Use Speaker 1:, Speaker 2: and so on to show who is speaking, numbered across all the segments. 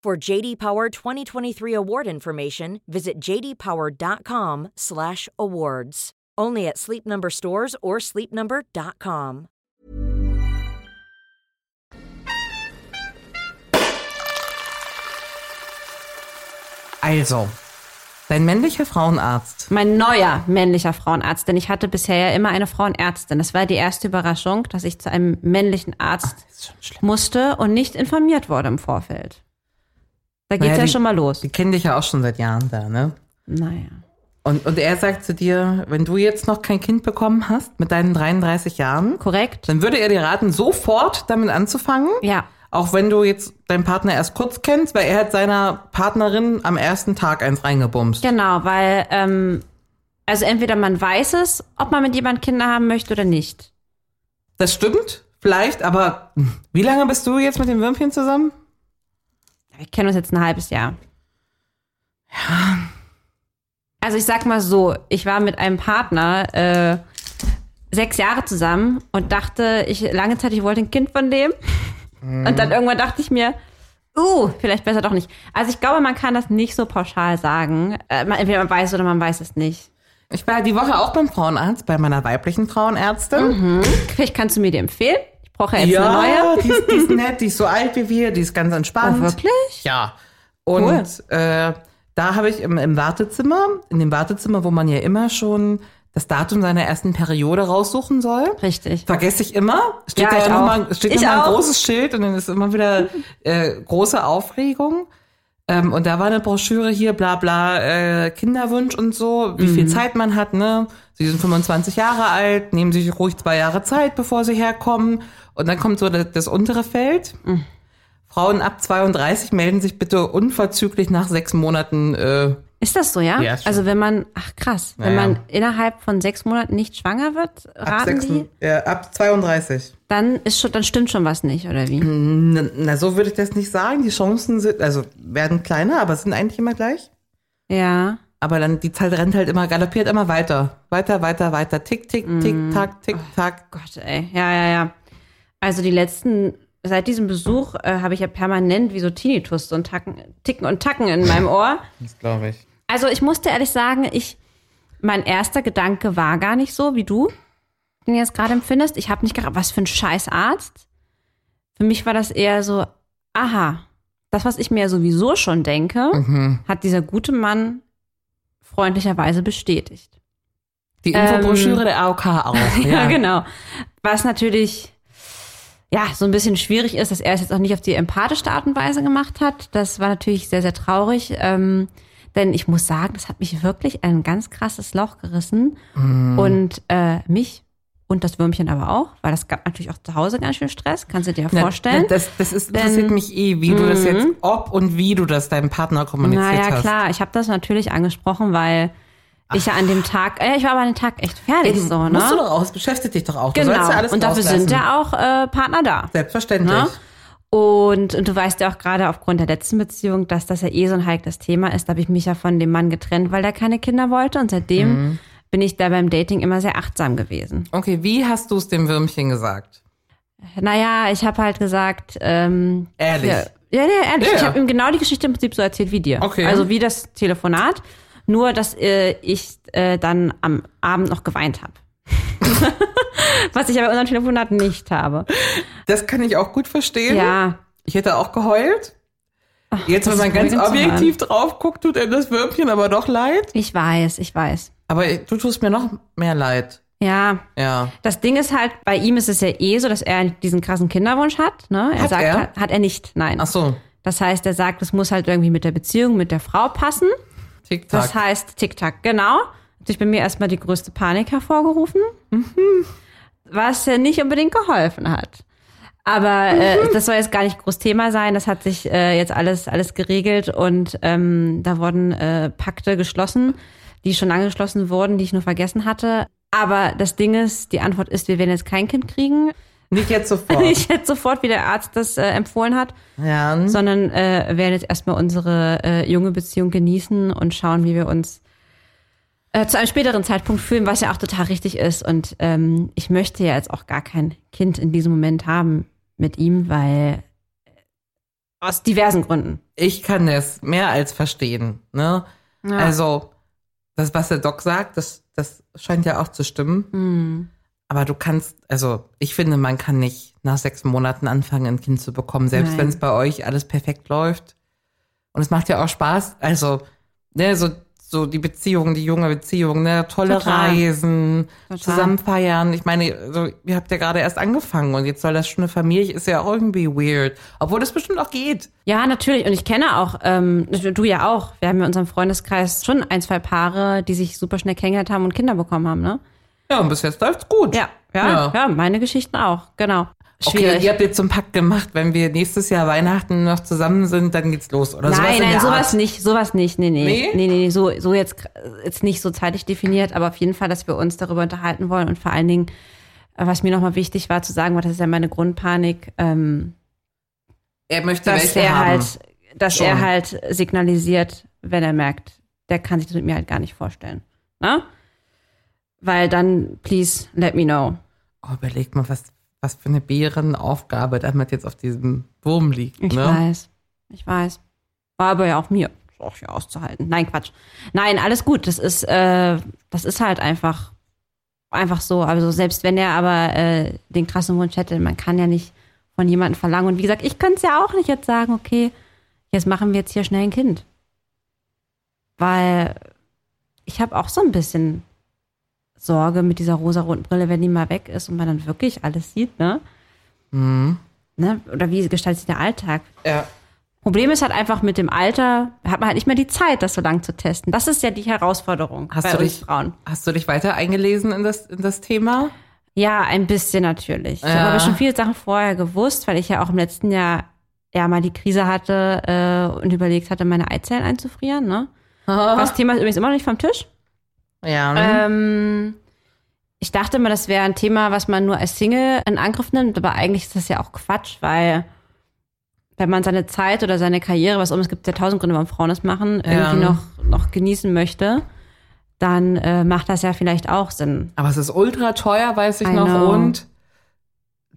Speaker 1: For JD Power 2023 award information, visit jdpower.com/awards. Only at Sleep Number stores or sleepnumber.com.
Speaker 2: Also, dein männlicher Frauenarzt.
Speaker 3: Mein neuer männlicher Frauenarzt, denn ich hatte bisher ja immer eine Frauenärztin. Das war die erste Überraschung, dass ich zu einem männlichen Arzt
Speaker 2: Das ist schon schlimm.
Speaker 3: musste und nicht informiert wurde im Vorfeld. Da geht's
Speaker 2: Naja,
Speaker 3: ja
Speaker 2: die-
Speaker 3: schon mal los.
Speaker 2: Die kennen dich ja auch schon seit Jahren da, ne?
Speaker 3: Naja.
Speaker 2: Und, und er sagt zu dir, wenn du jetzt noch kein Kind bekommen hast mit deinen 33 Jahren,
Speaker 3: Korrekt?
Speaker 2: dann würde er dir raten, sofort damit anzufangen.
Speaker 3: Ja.
Speaker 2: Auch wenn du jetzt deinen Partner erst kurz kennst, weil er hat seiner Partnerin am ersten Tag eins reingebumst.
Speaker 3: Genau, weil, ähm, also entweder man weiß es, ob man mit jemand Kinder haben möchte oder nicht.
Speaker 2: Das stimmt, vielleicht, aber wie lange bist du jetzt mit dem Würmchen zusammen?
Speaker 3: Wir kennen uns jetzt ein halbes Jahr. Ja. Also ich sag mal so, ich war mit einem Partner äh, sechs Jahre zusammen und dachte, ich lange Zeit, ich wollte ein Kind von dem. Und dann irgendwann dachte ich mir, uh, vielleicht besser doch nicht. Also ich glaube, man kann das nicht so pauschal sagen. Äh, man, entweder man weiß oder man weiß es nicht.
Speaker 2: Ich war die Woche auch beim Frauenarzt, bei meiner weiblichen Frauenärztin.
Speaker 3: Vielleicht kannst du mir die empfehlen. Ich brauche Mhm. ja jetzt eine neue.
Speaker 2: die, ist, die ist nett, die ist so alt wie wir, die ist ganz entspannt.
Speaker 3: Oh, wirklich?
Speaker 2: Ja. Und
Speaker 3: Cool.
Speaker 2: äh, da habe ich im, im Wartezimmer, in dem Wartezimmer, wo man ja immer schon das Datum seiner ersten Periode raussuchen soll.
Speaker 3: Richtig.
Speaker 2: Vergesse ich immer. Steht
Speaker 3: Ja,
Speaker 2: da
Speaker 3: ich
Speaker 2: immer
Speaker 3: auch.
Speaker 2: mal, steht
Speaker 3: Ich
Speaker 2: immer ein
Speaker 3: auch.
Speaker 2: großes Schild und dann ist immer wieder äh, große Aufregung. Ähm, und da war eine Broschüre hier, bla bla, äh, Kinderwunsch und so, wie
Speaker 3: Mhm.
Speaker 2: viel Zeit man hat, ne? Sie sind 25 Jahre alt, nehmen sich ruhig zwei Jahre Zeit, bevor sie herkommen. Und dann kommt so das, das untere Feld.
Speaker 3: Mhm.
Speaker 2: Frauen ab 32 melden sich bitte unverzüglich nach sechs Monaten. Äh,
Speaker 3: Ist das so, ja?
Speaker 2: Ja, ist schon.
Speaker 3: also wenn man, ach krass, wenn
Speaker 2: Ja, ja.
Speaker 3: man innerhalb von sechs Monaten nicht schwanger wird,
Speaker 2: ab,
Speaker 3: raten
Speaker 2: sechs,
Speaker 3: die,
Speaker 2: äh, ab 32.
Speaker 3: dann ist schon, dann stimmt schon was nicht, oder wie?
Speaker 2: Na, na, so würde ich das nicht sagen. Die Chancen sind, also werden kleiner, aber sind eigentlich immer gleich.
Speaker 3: Ja.
Speaker 2: Aber dann die Zeit rennt halt immer, galoppiert immer weiter. Weiter, weiter, weiter. Tick, tick,
Speaker 3: Mhm.
Speaker 2: tick, tack, tick, tack.
Speaker 3: Gott, ey. Ja, ja, ja. Also die letzten, seit diesem Besuch äh, habe ich ja permanent wie so Tinnitus so ein Tacken, Ticken und Tacken in meinem Ohr.
Speaker 2: Das glaube ich.
Speaker 3: Also ich musste ehrlich sagen, ich, mein erster Gedanke war gar nicht so, wie du den jetzt gerade empfindest. Ich habe nicht gedacht, was für ein Scheißarzt. Für mich war das eher so, aha, das, was ich mir ja sowieso schon denke, hat dieser gute Mann freundlicherweise bestätigt.
Speaker 2: Die Infobroschüre der AOK auch.
Speaker 3: Ähm, Ja, genau. Was natürlich ja so ein bisschen schwierig ist, dass er es jetzt auch nicht auf die empathische Art und Weise gemacht hat. Das war natürlich sehr, sehr traurig. Ähm, denn ich muss sagen, das hat mich wirklich ein ganz krasses Loch gerissen.
Speaker 2: Mhm.
Speaker 3: Und äh, mich und das Würmchen aber auch, weil das gab natürlich auch zu Hause ganz schön Stress, kannst du dir ja
Speaker 2: Na,
Speaker 3: vorstellen.
Speaker 2: na, Das, das ist,
Speaker 3: Denn- Mhm.
Speaker 2: interessiert mich eh, wie du das jetzt, ob und wie du das deinem Partner kommuniziert
Speaker 3: Naja,
Speaker 2: hast.
Speaker 3: klar, ich habe das natürlich angesprochen, weil ich ja an dem Tag, äh, ich war aber an dem Tag echt fertig
Speaker 2: Eben,
Speaker 3: so, ne? Genau.
Speaker 2: Musst du doch raus, beschäftigt dich doch auch. Du sollst ja alles
Speaker 3: und dafür
Speaker 2: rauslassen.
Speaker 3: sind ja auch äh, Partner da.
Speaker 2: Selbstverständlich.
Speaker 3: Ne? Und, und du weißt ja auch gerade aufgrund der letzten Beziehung, dass das ja eh so ein heikles Thema ist. Da habe ich mich ja von dem Mann getrennt, weil der keine Kinder wollte. Und seitdem
Speaker 2: Mhm.
Speaker 3: bin ich da beim Dating immer sehr achtsam gewesen.
Speaker 2: Okay, wie hast du es dem Würmchen gesagt?
Speaker 3: Naja, ich habe halt gesagt, ähm,
Speaker 2: Ehrlich.
Speaker 3: ja, ja, ja, ehrlich.
Speaker 2: Ja,
Speaker 3: Ich
Speaker 2: ja.
Speaker 3: habe ihm genau die Geschichte im Prinzip so erzählt wie dir.
Speaker 2: Okay.
Speaker 3: Also wie das Telefonat, nur dass äh, ich äh, dann am Abend noch geweint habe. Was ich aber bei unserem Telefonat nicht habe.
Speaker 2: Das kann ich auch gut verstehen.
Speaker 3: Ja,
Speaker 2: Ich hätte auch geheult. Jetzt, wenn
Speaker 3: das
Speaker 2: man
Speaker 3: ist
Speaker 2: ganz
Speaker 3: beruhigend zu
Speaker 2: objektiv drauf guckt, tut einem das Würmchen aber doch leid.
Speaker 3: ich weiß, ich weiß.
Speaker 2: Aber du tust mir noch mehr leid.
Speaker 3: Ja,
Speaker 2: Ja.
Speaker 3: Das Ding ist halt, bei ihm ist es ja eh so, dass er diesen krassen Kinderwunsch hat. Ne? Er
Speaker 2: Hat
Speaker 3: sagt,
Speaker 2: er?
Speaker 3: Hat, hat er nicht, nein.
Speaker 2: Ach so,
Speaker 3: Das heißt, er sagt, es muss halt irgendwie mit der Beziehung, mit der Frau passen.
Speaker 2: TikTok.
Speaker 3: Das heißt, tick-tack, genau. Hat sich bei mir erstmal die größte Panik hervorgerufen, Mhm. was ja nicht unbedingt geholfen hat. Aber äh, das soll jetzt gar nicht groß Thema sein. Das hat sich äh, jetzt alles, alles geregelt und ähm, da wurden äh, Pakte geschlossen, die schon lange geschlossen wurden, die ich nur vergessen hatte. Aber das Ding ist, die Antwort ist, wir werden jetzt kein Kind kriegen.
Speaker 2: Nicht jetzt sofort.
Speaker 3: Nicht jetzt sofort, wie der Arzt das äh, empfohlen hat
Speaker 2: Ja.
Speaker 3: sondern äh, werden jetzt erstmal unsere äh, junge Beziehung genießen und schauen, wie wir uns äh, zu einem späteren Zeitpunkt fühlen, was ja auch total richtig ist. Und ähm, ich möchte ja jetzt auch gar kein Kind in diesem Moment haben mit ihm, weil äh, aus diversen Gründen.
Speaker 2: Ich kann das mehr als verstehen. Ne? Also, das, was der Doc sagt, das, das scheint ja auch zu stimmen.
Speaker 3: hm.
Speaker 2: Aber du kannst, also ich finde, man kann nicht nach sechs Monaten anfangen, ein Kind zu bekommen, selbst
Speaker 3: Nein.
Speaker 2: wenn es bei euch alles perfekt läuft. Und es macht ja auch Spaß. Also, ne, so, so die Beziehung, die junge Beziehung, ne, tolle
Speaker 3: Total.
Speaker 2: Reisen,
Speaker 3: Total.
Speaker 2: zusammen feiern. Ich meine, so, ihr habt ja gerade erst angefangen und jetzt soll das schon eine Familie, ist ja auch irgendwie weird. Obwohl das bestimmt auch geht.
Speaker 3: Ja, natürlich. Und ich kenne auch, ähm, du ja auch. Wir haben ja in unserem Freundeskreis schon ein, zwei Paare, die sich super schnell kennengelernt haben und Kinder bekommen haben, ne?
Speaker 2: Ja, und bis jetzt läuft's gut.
Speaker 3: Ja, ja, ja, meine Geschichten auch, genau.
Speaker 2: Okay, ihr habt jetzt so einen Pakt gemacht, wenn wir nächstes Jahr Weihnachten noch zusammen sind, dann geht's los. Oder sowas
Speaker 3: Nein,
Speaker 2: in
Speaker 3: nein,
Speaker 2: der
Speaker 3: sowas
Speaker 2: Art.
Speaker 3: nicht, sowas nicht, nee, nee,
Speaker 2: Nee?
Speaker 3: nee, nee, nee so, so jetzt, jetzt nicht so zeitlich definiert, aber auf jeden Fall, dass wir uns darüber unterhalten wollen und vor allen Dingen, äh, was mir nochmal wichtig war zu sagen, weil das ist ja meine Grundpanik, ähm,
Speaker 2: Er möchte
Speaker 3: dass
Speaker 2: welche
Speaker 3: er
Speaker 2: haben.
Speaker 3: halt, dass
Speaker 2: Schon.
Speaker 3: er halt signalisiert, wenn er merkt, der kann sich das mit mir halt gar nicht vorstellen, ne? Weil dann, please, let me know.
Speaker 2: Oh, überleg mal, was, was für eine Bärenaufgabe damit jetzt auf diesem Wurm liegt.
Speaker 3: Ich
Speaker 2: ne?
Speaker 3: weiß, ich weiß. War aber ja auch mir. Ist auch hier auszuhalten. Nein, Quatsch. Nein, alles gut. Das ist, äh, das ist halt einfach, einfach so. Also selbst wenn er aber äh, den krassen Wunsch hätte, man kann ja nicht von jemandem verlangen. Und wie gesagt, ich könnte es ja auch nicht jetzt sagen, okay, jetzt machen wir jetzt hier schnell ein Kind. Weil ich habe auch so ein bisschen Sorge mit dieser rosaroten Brille, wenn die mal weg ist und man dann wirklich alles sieht, ne? ne? Oder wie gestaltet sich der Alltag?
Speaker 2: Ja.
Speaker 3: Problem ist halt einfach mit dem Alter, hat man halt nicht mehr die Zeit, das so lang zu testen. Das ist ja die Herausforderung
Speaker 2: Hast
Speaker 3: bei
Speaker 2: du
Speaker 3: uns
Speaker 2: dich-
Speaker 3: Frauen.
Speaker 2: Hast du dich weiter eingelesen in das, in das Thema?
Speaker 3: Ja, ein bisschen natürlich. Ich
Speaker 2: Ja.
Speaker 3: habe aber schon viele Sachen vorher gewusst, weil ich ja auch im letzten Jahr ja mal die Krise hatte äh, und überlegt hatte, meine Eizellen einzufrieren. Ne? Das Thema ist übrigens immer noch nicht vom Tisch.
Speaker 2: Ja.
Speaker 3: Ähm, ich dachte immer, das wäre ein Thema, was man nur als Single in Angriff nimmt, aber eigentlich ist das ja auch Quatsch, weil wenn man seine Zeit oder seine Karriere, was auch immer, es gibt ja tausend Gründe, warum Frauen das machen,
Speaker 2: Ja.
Speaker 3: irgendwie noch, noch genießen möchte, dann äh, macht das ja vielleicht auch Sinn.
Speaker 2: Aber es ist ultra teuer, weiß ich
Speaker 3: I
Speaker 2: noch.
Speaker 3: know.
Speaker 2: Und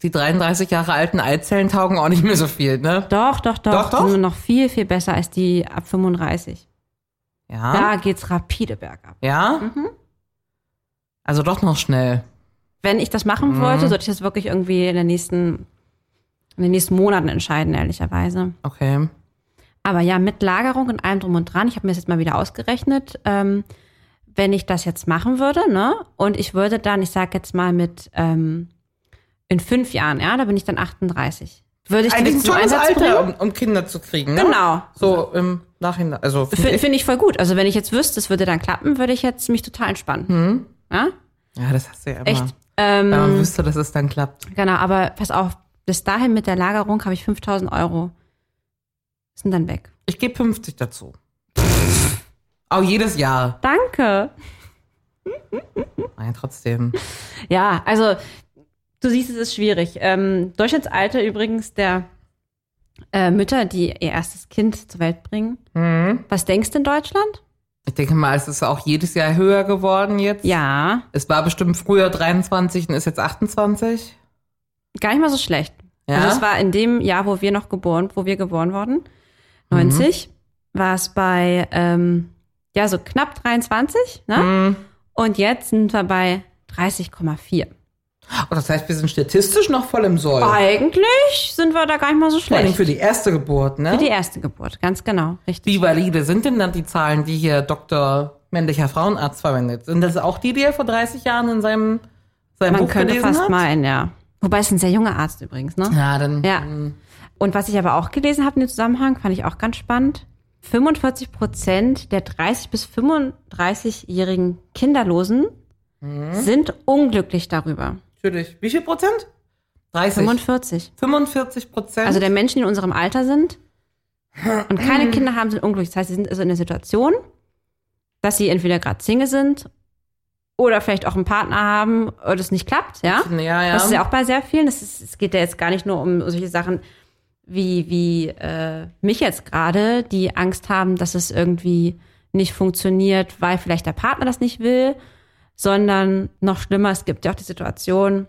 Speaker 2: die 33 Jahre alten Eizellen taugen auch nicht mehr so viel, ne?
Speaker 3: Doch, doch, doch,
Speaker 2: Doch, doch?
Speaker 3: sind wir noch viel, viel besser als die ab 35.
Speaker 2: Ja.
Speaker 3: Da Mhm. geht's rapide bergab.
Speaker 2: Ja? Also doch noch schnell.
Speaker 3: Wenn ich das machen
Speaker 2: Mhm.
Speaker 3: wollte, sollte ich das wirklich irgendwie in den nächsten, in den nächsten Monaten entscheiden, ehrlicherweise.
Speaker 2: Okay.
Speaker 3: Aber ja, mit Lagerung und allem drum und dran, ich habe mir das jetzt mal wieder ausgerechnet, ähm, wenn ich das jetzt machen würde, ne? Und ich würde dann, ich sag jetzt mal mit ähm, in fünf Jahren, ja, da bin ich dann 38. Würde ich die
Speaker 2: Eigentlich
Speaker 3: jetzt
Speaker 2: ein
Speaker 3: zum
Speaker 2: tolles
Speaker 3: Einsatz
Speaker 2: Alter, um,
Speaker 3: bringen?
Speaker 2: um Kinder zu kriegen, ne?
Speaker 3: Genau.
Speaker 2: So im Nachhinein. Also find
Speaker 3: Finde
Speaker 2: ich-
Speaker 3: find ich voll gut. Also wenn ich jetzt wüsste, es würde dann klappen, würde ich jetzt mich total entspannen. Hm. Ja,
Speaker 2: ja, das hast du ja immer.
Speaker 3: echt.
Speaker 2: Wenn man
Speaker 3: Ähm,
Speaker 2: wüsste, dass es dann klappt.
Speaker 3: genau, aber pass auf, bis dahin mit der Lagerung habe ich 5000 Euro. Sind dann weg.
Speaker 2: Ich gebe 50 dazu. Auch jedes Jahr.
Speaker 3: Danke.
Speaker 2: Nein, trotzdem.
Speaker 3: Ja, also du siehst, es ist schwierig. Ähm, Durchschnittsalter übrigens der äh, Mütter, die ihr erstes Kind zur Welt bringen. Was denkst du in Deutschland?
Speaker 2: Ich denke mal, es ist auch jedes Jahr höher geworden jetzt.
Speaker 3: Ja,
Speaker 2: Es war bestimmt früher 23 und ist jetzt 28.
Speaker 3: gar nicht mal so schlecht.
Speaker 2: Ja?
Speaker 3: Also es war in dem Jahr, wo wir noch geboren, wo wir geboren wurden, 90, war es bei ähm, ja so knapp 23, ne? Und jetzt sind wir bei 30,4.
Speaker 2: Oh, das heißt, wir sind statistisch noch voll im Soll.
Speaker 3: Eigentlich sind wir da gar nicht mal so
Speaker 2: Oh. Vor allem
Speaker 3: Oh, schlecht.
Speaker 2: für die erste Geburt, ne?
Speaker 3: Für die erste Geburt, ganz genau, richtig.
Speaker 2: Wie valide sind denn dann die Zahlen, die hier Dr. männlicher Frauenarzt verwendet? Sind das auch die, die er vor 30 Jahren in seinem, seinem
Speaker 3: Man
Speaker 2: Buch
Speaker 3: könnte
Speaker 2: gelesen
Speaker 3: fast
Speaker 2: hat?
Speaker 3: meinen, ja. Wobei es ist ein sehr junger Arzt übrigens, ne?
Speaker 2: Ja, dann.
Speaker 3: Ja. Und was ich aber auch gelesen habe in dem Zusammenhang, fand ich auch ganz spannend. 45 Prozent der 30- bis 35-jährigen Kinderlosen
Speaker 2: Mhm.
Speaker 3: sind unglücklich darüber.
Speaker 2: Natürlich. Wie viel Prozent? 30.
Speaker 3: 45.
Speaker 2: 45 Prozent.
Speaker 3: Also der Menschen, die in unserem Alter sind und keine Kinder haben, sind unglücklich. Das heißt, sie sind also in der Situation, dass sie entweder gerade Single sind oder vielleicht auch einen Partner haben oder es nicht klappt, ja?
Speaker 2: ja, ja.
Speaker 3: Das ist ja auch bei sehr vielen. Das ist, es geht ja jetzt gar nicht nur um solche Sachen wie, wie äh, mich jetzt gerade, die Angst haben, dass es irgendwie nicht funktioniert, weil vielleicht der Partner das nicht will, sondern noch schlimmer, es gibt ja auch die Situation,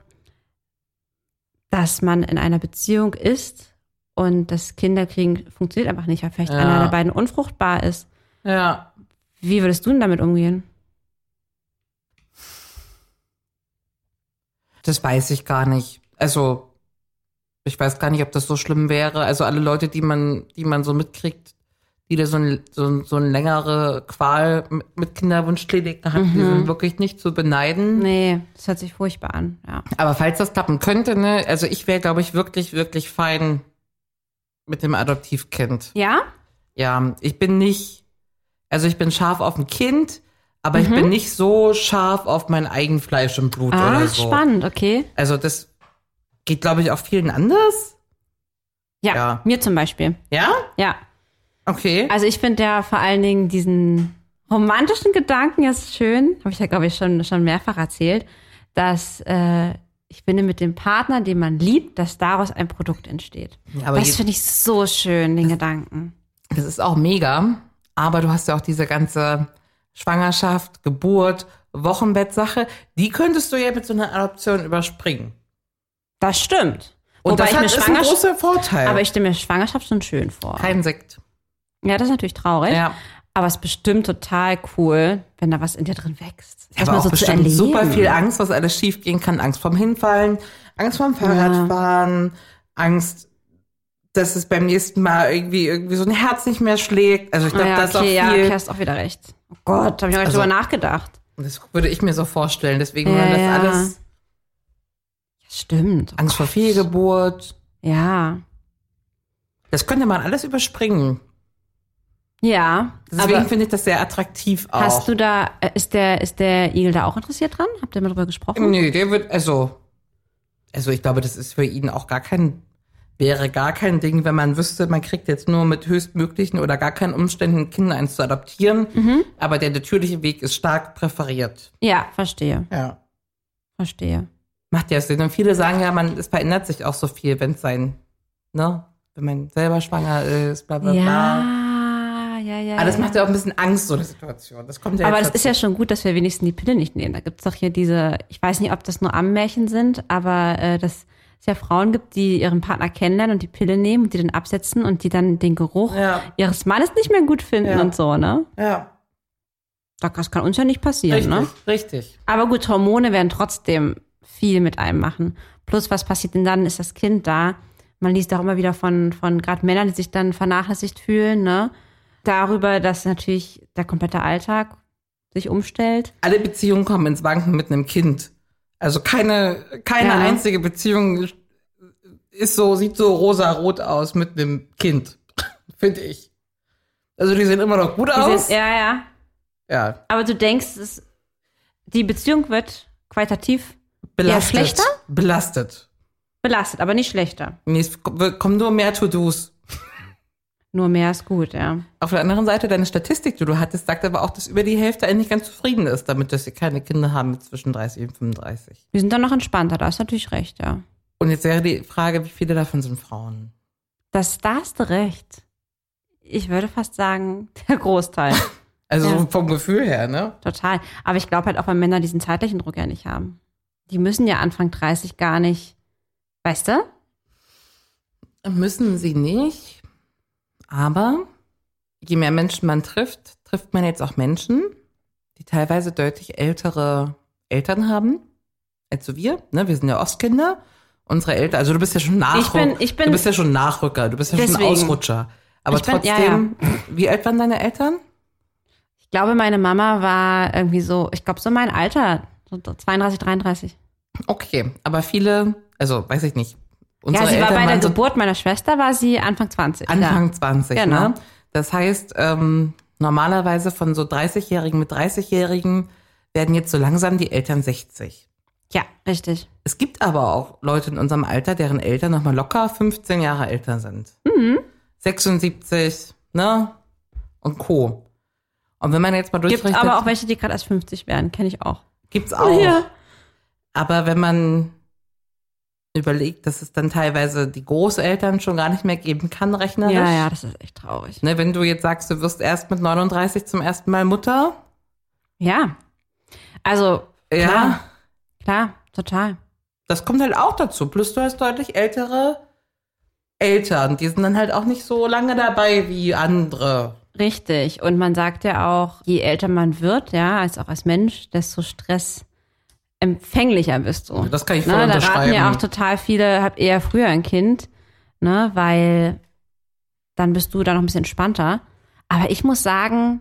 Speaker 3: dass man in einer Beziehung ist und das Kinderkriegen funktioniert einfach nicht, weil vielleicht
Speaker 2: Ja.
Speaker 3: einer der beiden unfruchtbar ist.
Speaker 2: ja.
Speaker 3: Wie würdest du denn damit umgehen?
Speaker 2: Das weiß ich gar nicht. Also, ich weiß gar nicht, ob das so schlimm wäre. Also alle Leute, die man, die man so mitkriegt, die da so ein, so, ein- so eine längere Qual mit- mit Kinderwunschkliniken hatten, die sind wirklich nicht zu beneiden.
Speaker 3: Mhm. Nee, das hört sich furchtbar an, ja.
Speaker 2: Aber falls das klappen könnte, ne, also ich wäre, glaube ich, wirklich, wirklich fein mit dem Adoptivkind.
Speaker 3: Ja?
Speaker 2: Ja, ich bin nicht, also ich bin scharf auf ein Kind, aber ich bin nicht so scharf auf mein Eigenfleisch und Blut
Speaker 3: Mhm. Ah,
Speaker 2: oder so.
Speaker 3: spannend, okay.
Speaker 2: Also das geht, glaube ich, auch vielen anders.
Speaker 3: Ja,
Speaker 2: Ja.
Speaker 3: mir zum Beispiel.
Speaker 2: Ja?
Speaker 3: Ja.
Speaker 2: Okay.
Speaker 3: Also ich finde ja vor allen Dingen diesen romantischen Gedanken ist schön. Habe ich ja, glaube ich, schon, schon mehrfach erzählt, dass äh, ich finde, mit dem Partner, den man liebt, dass daraus ein Produkt entsteht.
Speaker 2: Ja, aber je-
Speaker 3: das finde ich so schön, den Gedanken.
Speaker 2: Das ist auch mega, aber du hast ja auch diese ganze Schwangerschaft, Geburt, Wochenbettsache, die könntest du ja mit so einer Adoption überspringen.
Speaker 3: Das stimmt.
Speaker 2: Und
Speaker 3: Wobei
Speaker 2: das
Speaker 3: ich
Speaker 2: hat,
Speaker 3: mir
Speaker 2: ist ein
Speaker 3: Schwangerschaft-
Speaker 2: großer Vorteil.
Speaker 3: Aber ich stelle mir Schwangerschaft schon schön vor.
Speaker 2: Kein Sekt.
Speaker 3: Ja, das ist natürlich traurig.
Speaker 2: Ja.
Speaker 3: Aber es ist bestimmt total cool, wenn da was in dir drin wächst.
Speaker 2: Ich habe auch bestimmt super viel Angst, was alles schief gehen kann. Angst vorm Hinfallen, Angst vorm Fahrradfahren, Angst, dass es beim nächsten Mal irgendwie, irgendwie so ein Herz nicht mehr schlägt. Also ich glaube,
Speaker 3: Ah ja,
Speaker 2: das ist
Speaker 3: okay,
Speaker 2: auch
Speaker 3: ja,
Speaker 2: viel.
Speaker 3: okay, hast auch wieder recht. Oh Gott, habe ich noch gar nicht
Speaker 2: Also-
Speaker 3: drüber nachgedacht.
Speaker 2: das würde ich mir so vorstellen. Deswegen,
Speaker 3: Ja,
Speaker 2: wenn das
Speaker 3: ja.
Speaker 2: alles
Speaker 3: Stimmt.
Speaker 2: Angst vor Fehlgeburt,
Speaker 3: Ja.
Speaker 2: das könnte man alles überspringen.
Speaker 3: Ja.
Speaker 2: Deswegen
Speaker 3: aber
Speaker 2: finde ich das sehr attraktiv auch.
Speaker 3: hast du da, äh, ist der, ist der Igel da auch interessiert dran? Habt ihr mal drüber gesprochen?
Speaker 2: Nee, der wird, also, also ich glaube, das ist für ihn auch gar kein, wäre gar kein Ding, wenn man wüsste, man kriegt jetzt nur mit höchstmöglichen oder gar keinen Umständen Kinder eins zu adoptieren.
Speaker 3: Mhm.
Speaker 2: Aber der natürliche Weg ist stark präferiert.
Speaker 3: Ja, verstehe.
Speaker 2: Ja.
Speaker 3: Verstehe.
Speaker 2: Macht ja Sinn. Und viele sagen ja, man, es verändert sich auch so viel, wenn es sein, ne? Wenn man selber schwanger ist, bla bla bla.
Speaker 3: Ja, ja, ja.
Speaker 2: Aber das
Speaker 3: ja.
Speaker 2: macht ja auch ein bisschen Angst, so eine Situation. Das kommt ja
Speaker 3: aber das
Speaker 2: jetzt
Speaker 3: ist ja schon gut, dass wir wenigstens die Pille nicht nehmen. Da gibt's doch hier diese, ich weiß nicht, ob das nur Ammenmärchen sind, aber äh, dass es ja Frauen gibt, die ihren Partner kennenlernen und die Pille nehmen und die dann absetzen und die dann den Geruch
Speaker 2: Ja.
Speaker 3: ihres Mannes nicht mehr gut finden
Speaker 2: Ja.
Speaker 3: und so, ne?
Speaker 2: Ja,
Speaker 3: Das kann uns ja nicht passieren,
Speaker 2: richtig,
Speaker 3: ne?
Speaker 2: richtig.
Speaker 3: Aber gut, Hormone werden trotzdem viel mit einem machen. Plus, was passiert denn dann? Ist das Kind da? Man liest auch immer wieder von, von gerade Männern, die sich dann vernachlässigt fühlen, ne? Darüber, dass natürlich der komplette Alltag sich umstellt.
Speaker 2: alle Beziehungen kommen ins Wanken mit einem Kind. Also keine, keine
Speaker 3: Ja, ne?
Speaker 2: einzige Beziehung ist so, sieht so rosarot aus mit einem Kind. Finde ich. Also die sehen immer noch gut
Speaker 3: Die
Speaker 2: aus.
Speaker 3: Sind, ja, ja.
Speaker 2: ja.
Speaker 3: Aber du denkst, es, die Beziehung wird qualitativ
Speaker 2: Belastet.
Speaker 3: schlechter?
Speaker 2: Belastet.
Speaker 3: belastet, aber nicht schlechter.
Speaker 2: Nee, es kommen nur mehr To-Dos.
Speaker 3: Nur mehr ist gut, ja.
Speaker 2: Auf der anderen Seite, deine Statistik, die du hattest, sagt aber auch, dass über die Hälfte eigentlich ganz zufrieden ist damit, dass sie keine Kinder haben mit zwischen 30 und 35.
Speaker 3: Wir sind dann noch entspannter, da hast du natürlich recht, ja.
Speaker 2: Und jetzt wäre die Frage, wie viele davon sind Frauen?
Speaker 3: Das, da hast du recht. Ich würde fast sagen, der Großteil.
Speaker 2: Also
Speaker 3: Ja.
Speaker 2: so vom Gefühl her, ne?
Speaker 3: Total. Aber ich glaube halt auch, weil Männer diesen zeitlichen Druck ja nicht haben. Die müssen ja Anfang 30 gar nicht, weißt du?
Speaker 2: Müssen sie nicht. Aber je mehr Menschen man trifft, trifft man jetzt auch Menschen, die teilweise deutlich ältere Eltern haben als so wir. Ne? Wir sind ja Ostkinder. Unsere Eltern, also du bist ja schon Nachrücker.
Speaker 3: Ich bin- ich bin-
Speaker 2: du bist ja schon Nachrücker, du bist ja schon
Speaker 3: Deswegen.
Speaker 2: Ausrutscher. Aber
Speaker 3: Ich bin-
Speaker 2: trotzdem,
Speaker 3: ja,
Speaker 2: wie alt waren deine Eltern?
Speaker 3: Ich glaube, meine Mama war irgendwie so, ich glaube, so mein Alter, so 32, 33.
Speaker 2: Okay, aber viele, also weiß ich nicht.
Speaker 3: ja, sie war bei der
Speaker 2: waren so
Speaker 3: Geburt meiner Schwester, war sie Anfang 20.
Speaker 2: Anfang
Speaker 3: ja.
Speaker 2: 20.
Speaker 3: Genau.
Speaker 2: Ne? Das heißt, ähm, normalerweise von so 30-Jährigen mit 30-Jährigen werden jetzt so langsam die Eltern 60.
Speaker 3: Ja, richtig.
Speaker 2: Es gibt aber auch Leute in unserem Alter, deren Eltern nochmal locker 15 Jahre älter sind.
Speaker 3: Mhm.
Speaker 2: 76, ne? Und Co. Und wenn man jetzt mal
Speaker 3: Gibt
Speaker 2: durchrechnet,
Speaker 3: aber auch welche, die gerade erst 50 werden, kenne ich auch.
Speaker 2: gibt's auch.
Speaker 3: Ja.
Speaker 2: Aber wenn man überlegt, dass es dann teilweise die Großeltern schon gar nicht mehr geben kann, rechnerisch.
Speaker 3: Ja, ja, das ist echt traurig.
Speaker 2: Ne, wenn du jetzt sagst, du wirst erst mit 39 zum ersten Mal Mutter,
Speaker 3: Ja. Also,
Speaker 2: ja,
Speaker 3: klar, klar, total.
Speaker 2: das kommt halt auch dazu. Plus du hast deutlich ältere Eltern, die sind dann halt auch nicht so lange dabei wie andere.
Speaker 3: Richtig. Und man sagt ja auch, je älter man wird, ja, als auch als Mensch, desto stressempfänglicher bist du.
Speaker 2: Das kann ich voll
Speaker 3: ne, Da raten
Speaker 2: unterschreiben.
Speaker 3: ja auch total viele, hab eher früher ein Kind, ne, weil dann bist du da noch ein bisschen entspannter. Aber ich muss sagen,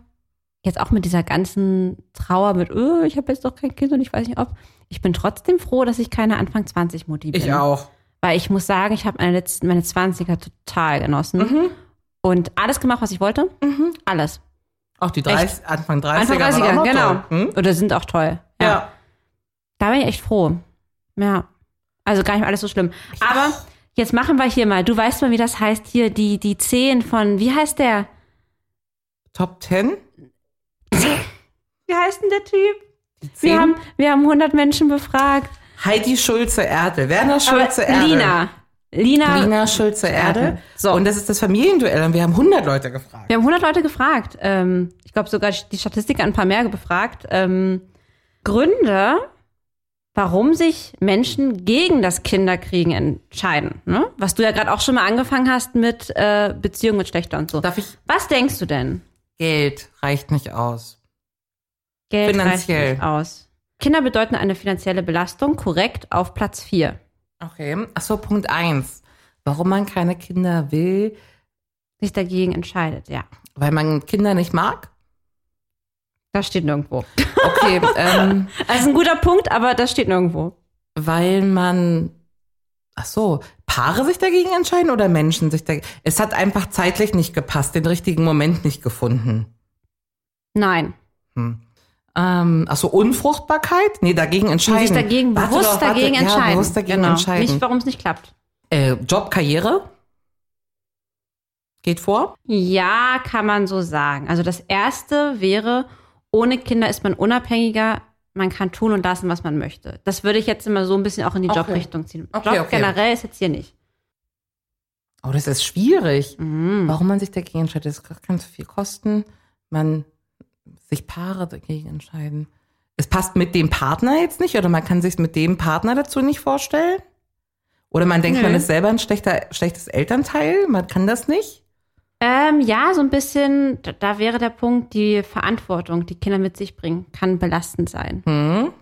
Speaker 3: jetzt auch mit dieser ganzen Trauer mit, oh, ich habe jetzt doch kein Kind und ich weiß nicht ob, ich bin trotzdem froh, dass ich keine Anfang 20 Mutti bin.
Speaker 2: ich auch.
Speaker 3: Weil ich muss sagen, ich habe meine letzten, meine 20er total genossen.
Speaker 2: Mhm.
Speaker 3: Und alles gemacht, was ich wollte. Alles.
Speaker 2: Auch die 30, Anfang 30er.
Speaker 3: Anfang
Speaker 2: waren
Speaker 3: 30er,
Speaker 2: auch noch
Speaker 3: genau.
Speaker 2: toll. Hm?
Speaker 3: Oder sind auch toll.
Speaker 2: Ja.
Speaker 3: Da bin ich echt froh. Ja. Also gar nicht mal alles so schlimm. Aber jetzt machen wir hier mal, du weißt mal, wie das heißt hier, die, die 10 von, wie heißt der?
Speaker 2: Top 10?
Speaker 3: Wie heißt denn der Typ? Wir
Speaker 2: 10?
Speaker 3: haben, wir haben 100 Menschen befragt.
Speaker 2: Heidi Schulze-Erdel, Werner
Speaker 3: Aber
Speaker 2: Schulze-Erdel.
Speaker 3: Lina. Lina.
Speaker 2: Lina Schulze-Erdel.
Speaker 3: So.
Speaker 2: Und das ist das Familienduell und wir haben 100 Leute gefragt.
Speaker 3: Wir haben 100 Leute gefragt. Ähm, ich glaube sogar die Statistik hat ein paar mehr befragt. Ähm, Gründe, warum sich Menschen gegen das Kinderkriegen entscheiden. Ne? Was du ja gerade auch schon mal angefangen hast mit äh, Beziehung mit Schlechter und so.
Speaker 2: Darf ich?
Speaker 3: Was denkst du denn?
Speaker 2: Geld reicht nicht aus.
Speaker 3: Geld
Speaker 2: Finanziell.
Speaker 3: reicht nicht aus. Kinder bedeuten eine finanzielle Belastung, korrekt, auf Platz 4.
Speaker 2: Okay. Achso, Punkt 1. Warum man keine Kinder will,
Speaker 3: Sich dagegen entscheidet, ja.
Speaker 2: weil man Kinder nicht mag?
Speaker 3: Das steht nirgendwo.
Speaker 2: Okay, ähm,
Speaker 3: Das ist ein guter Punkt, aber das steht nirgendwo.
Speaker 2: weil man. Ach so, Paare sich dagegen entscheiden oder Menschen sich dagegen? Es hat einfach zeitlich nicht gepasst, den richtigen Moment nicht gefunden.
Speaker 3: Nein.
Speaker 2: Ähm, ach so, Unfruchtbarkeit? Nee, dagegen
Speaker 3: Die
Speaker 2: entscheiden.
Speaker 3: sich dagegen
Speaker 2: Warte
Speaker 3: bewusst
Speaker 2: doch, warte.
Speaker 3: dagegen entscheiden.
Speaker 2: Ja, bewusst dagegen
Speaker 3: genau.
Speaker 2: entscheiden.
Speaker 3: Nicht, warum es nicht klappt.
Speaker 2: äh, Job, Karriere? Geht vor?
Speaker 3: Ja, kann man so sagen. Also das erste wäre, ohne Kinder ist man unabhängiger, man kann tun und lassen, was man möchte. Das würde ich jetzt immer so ein bisschen auch in die
Speaker 2: Okay.
Speaker 3: Jobrichtung ziehen.
Speaker 2: Okay,
Speaker 3: Job
Speaker 2: okay.
Speaker 3: generell ist jetzt hier nicht.
Speaker 2: Oh, das ist schwierig.
Speaker 3: Mhm.
Speaker 2: Warum man sich dagegen entscheidet, das kann zu viel kosten. Man sich Paare dagegen entscheiden. Es passt mit dem Partner jetzt nicht oder man kann sich mit dem Partner dazu nicht vorstellen. Oder man denkt, man ist selber ein schlechter, schlechtes Elternteil, man kann das nicht.
Speaker 3: Ähm, ja, so ein bisschen, da, da wäre der Punkt, die Verantwortung, die Kinder mit sich bringen, kann belastend sein.
Speaker 2: Hm.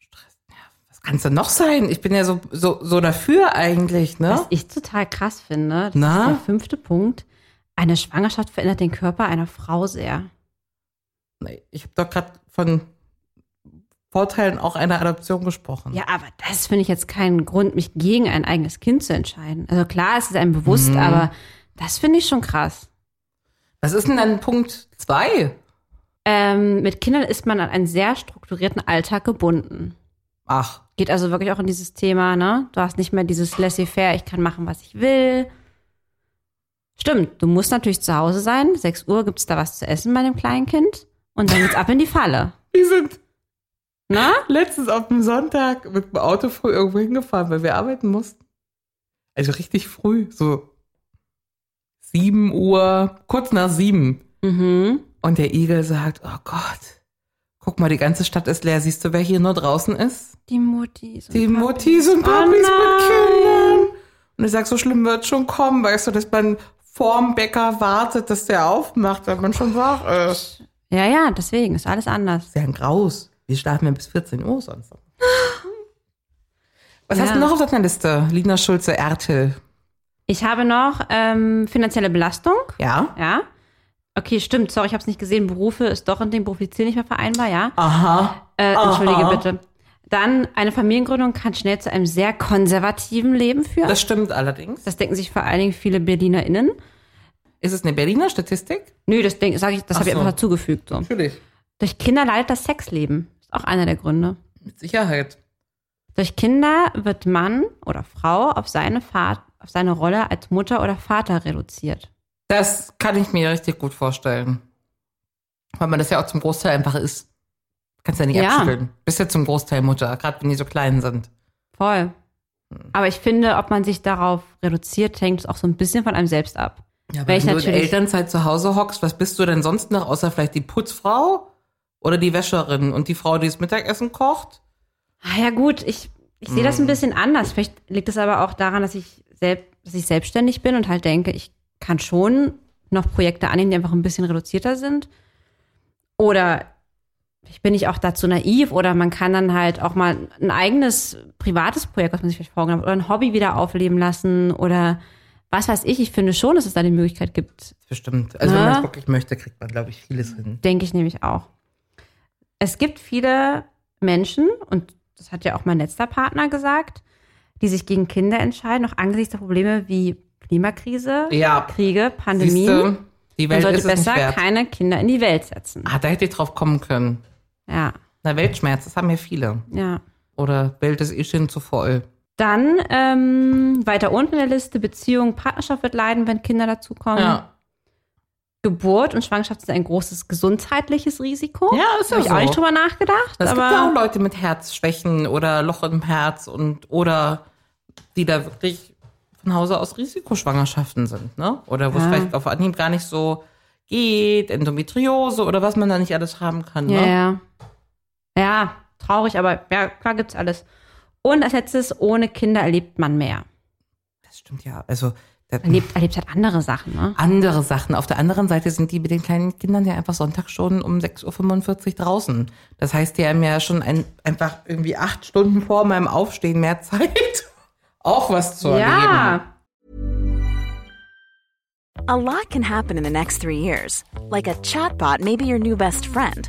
Speaker 2: Stress, ja, was kann's denn noch sein? Ich bin ja so, so, so dafür eigentlich,
Speaker 3: Was
Speaker 2: ne?
Speaker 3: ich total krass finde, das
Speaker 2: Na?
Speaker 3: ist der fünfte Punkt, eine Schwangerschaft verändert den Körper einer Frau sehr.
Speaker 2: Nee, Ich habe doch gerade von Vorteilen auch einer Adoption gesprochen.
Speaker 3: Ja, aber das finde ich jetzt keinen Grund, mich gegen ein eigenes Kind zu entscheiden. Also klar, es ist einem bewusst, aber das finde ich schon krass.
Speaker 2: Was ist denn dann Punkt zwei?
Speaker 3: Ähm, mit Kindern ist man an einen sehr strukturierten Alltag gebunden.
Speaker 2: Ach,
Speaker 3: Geht also wirklich auch in dieses Thema, ne? Du hast nicht mehr dieses Laissez-faire, ich kann machen, was ich will. Stimmt, du musst natürlich zu Hause sein. 6 Uhr gibt's da was zu essen bei dem kleinen Kind. Und dann geht's ab in die Falle.
Speaker 2: Wir sind
Speaker 3: Na?
Speaker 2: letztens auf dem Sonntag mit dem Auto früh irgendwo hingefahren, weil wir arbeiten mussten. Also richtig früh, so 7 Uhr, kurz nach 7.
Speaker 3: Mhm.
Speaker 2: Und der Igel sagt, oh Gott, guck mal, die ganze Stadt ist leer. Siehst du, wer hier nur draußen ist?
Speaker 3: Die Mutti.
Speaker 2: Die Muttis und Papis mit Kindern. Und ich sag, so schlimm wird schon kommen, weißt du, dass man vorm Bäcker wartet, dass der aufmacht, wenn man schon wach ist.
Speaker 3: Ja, ja, deswegen ist alles anders.
Speaker 2: Ist ja ein Graus. Wir schlafen ja bis 14 Uhr sonst. Was
Speaker 3: Ja.
Speaker 2: hast du noch auf deiner Liste? Lina Schulze, Ertel.
Speaker 3: Ich habe noch ähm, finanzielle Belastung.
Speaker 2: Ja?
Speaker 3: Ja. Okay, stimmt. Sorry, ich habe es nicht gesehen. Berufe ist doch in dem Beruf die Ziel nicht mehr vereinbar, ja.
Speaker 2: Ah. Aha.
Speaker 3: Äh, entschuldige bitte. Dann eine Familiengründung kann schnell zu einem sehr konservativen Leben führen.
Speaker 2: Das
Speaker 3: Das,
Speaker 2: stimmt allerdings.
Speaker 3: denken sich vor allen Dingen viele BerlinerInnen.
Speaker 2: Ist es eine Berliner Statistik?
Speaker 3: Nö, das denk- sag ich, das
Speaker 2: Ach
Speaker 3: habe ich
Speaker 2: so.
Speaker 3: einfach dazugefügt. So.
Speaker 2: Natürlich.
Speaker 3: Durch Kinder leidet das Sexleben. Ist auch einer der Gründe.
Speaker 2: Mit Sicherheit.
Speaker 3: Durch Kinder wird Mann oder Frau auf seine Fahrt, auf seine Rolle als Mutter oder Vater reduziert.
Speaker 2: Das kann ich mir richtig gut vorstellen. Weil man das ja auch zum Großteil einfach ist. Kannst ja nicht
Speaker 3: Ja.
Speaker 2: abschütteln. Bist ja zum Großteil Mutter, gerade wenn die so klein sind.
Speaker 3: Voll. Aber ich finde, ob man sich darauf reduziert, hängt es auch so ein bisschen von einem selbst ab.
Speaker 2: Ja,
Speaker 3: Weil ich
Speaker 2: wenn du in
Speaker 3: natürlich-
Speaker 2: Elternzeit zu Hause hockst, was bist du denn sonst noch, außer vielleicht die Putzfrau oder die Wäscherin und die Frau, die das Mittagessen kocht?
Speaker 3: Ah ja, gut, ich, ich sehe das ein bisschen anders. Vielleicht liegt es aber auch daran, dass ich, selb, dass ich selbstständig bin und halt denke, ich kann schon noch Projekte annehmen, die einfach ein bisschen reduzierter sind. Oder ich bin nicht auch dazu naiv oder man kann dann halt auch mal ein eigenes privates Projekt, was man sich vielleicht vorgenommen hat, oder ein Hobby wieder aufleben lassen oder was weiß ich. Ich finde schon, dass es da die Möglichkeit gibt,
Speaker 2: Bestimmt. Also wenn
Speaker 3: Ja.
Speaker 2: man es wirklich möchte, kriegt man, glaube ich, vieles hin.
Speaker 3: Denke ich nämlich auch. Es gibt viele Menschen, und das hat ja auch mein letzter Partner gesagt, die sich gegen Kinder entscheiden, auch angesichts der Probleme wie Klimakrise,
Speaker 2: Ja.
Speaker 3: Kriege, Pandemien.
Speaker 2: Siehste, die
Speaker 3: Man
Speaker 2: Welt
Speaker 3: sollte
Speaker 2: ist es
Speaker 3: besser
Speaker 2: nicht wert.
Speaker 3: keine Kinder in die Welt setzen.
Speaker 2: Ah, da hätte ich drauf kommen können.
Speaker 3: Ja,
Speaker 2: Na, Weltschmerz, das haben ja viele.
Speaker 3: ja.
Speaker 2: Oder Welt ist eh schon zu voll.
Speaker 3: Dann ähm, weiter unten in der Liste, Beziehung, Partnerschaft wird leiden, wenn Kinder dazukommen.
Speaker 2: Ja.
Speaker 3: Geburt und Schwangerschaft sind ein großes gesundheitliches Risiko.
Speaker 2: Ja, ist ja
Speaker 3: Habe ich auch
Speaker 2: so.
Speaker 3: nicht drüber nachgedacht.
Speaker 2: Es gibt
Speaker 3: aber
Speaker 2: ja auch Leute mit Herzschwächen oder Loch im Herz und oder die da wirklich von Hause aus Risikoschwangerschaften sind, ne? Oder wo es
Speaker 3: Ja.
Speaker 2: vielleicht auf Anhieb gar nicht so geht, Endometriose oder was man da nicht alles haben kann,
Speaker 3: Ja,
Speaker 2: ne?
Speaker 3: ja. Ja, traurig, aber ja, klar gibt's alles. Und als letztes, ohne Kinder erlebt man mehr.
Speaker 2: Das stimmt ja. Also da-
Speaker 3: Erlebt, erlebt halt andere Sachen, ne?
Speaker 2: andere Sachen. Auf der anderen Seite sind die mit den kleinen Kindern ja einfach Sonntag schon um 6.45 Uhr draußen. Das heißt, die haben ja schon ein, einfach irgendwie acht Stunden vor meinem Aufstehen mehr Zeit, auch was zu erleben.
Speaker 3: Ja.
Speaker 4: A lot can happen in the next three years. Like a chatbot may be your new best friend.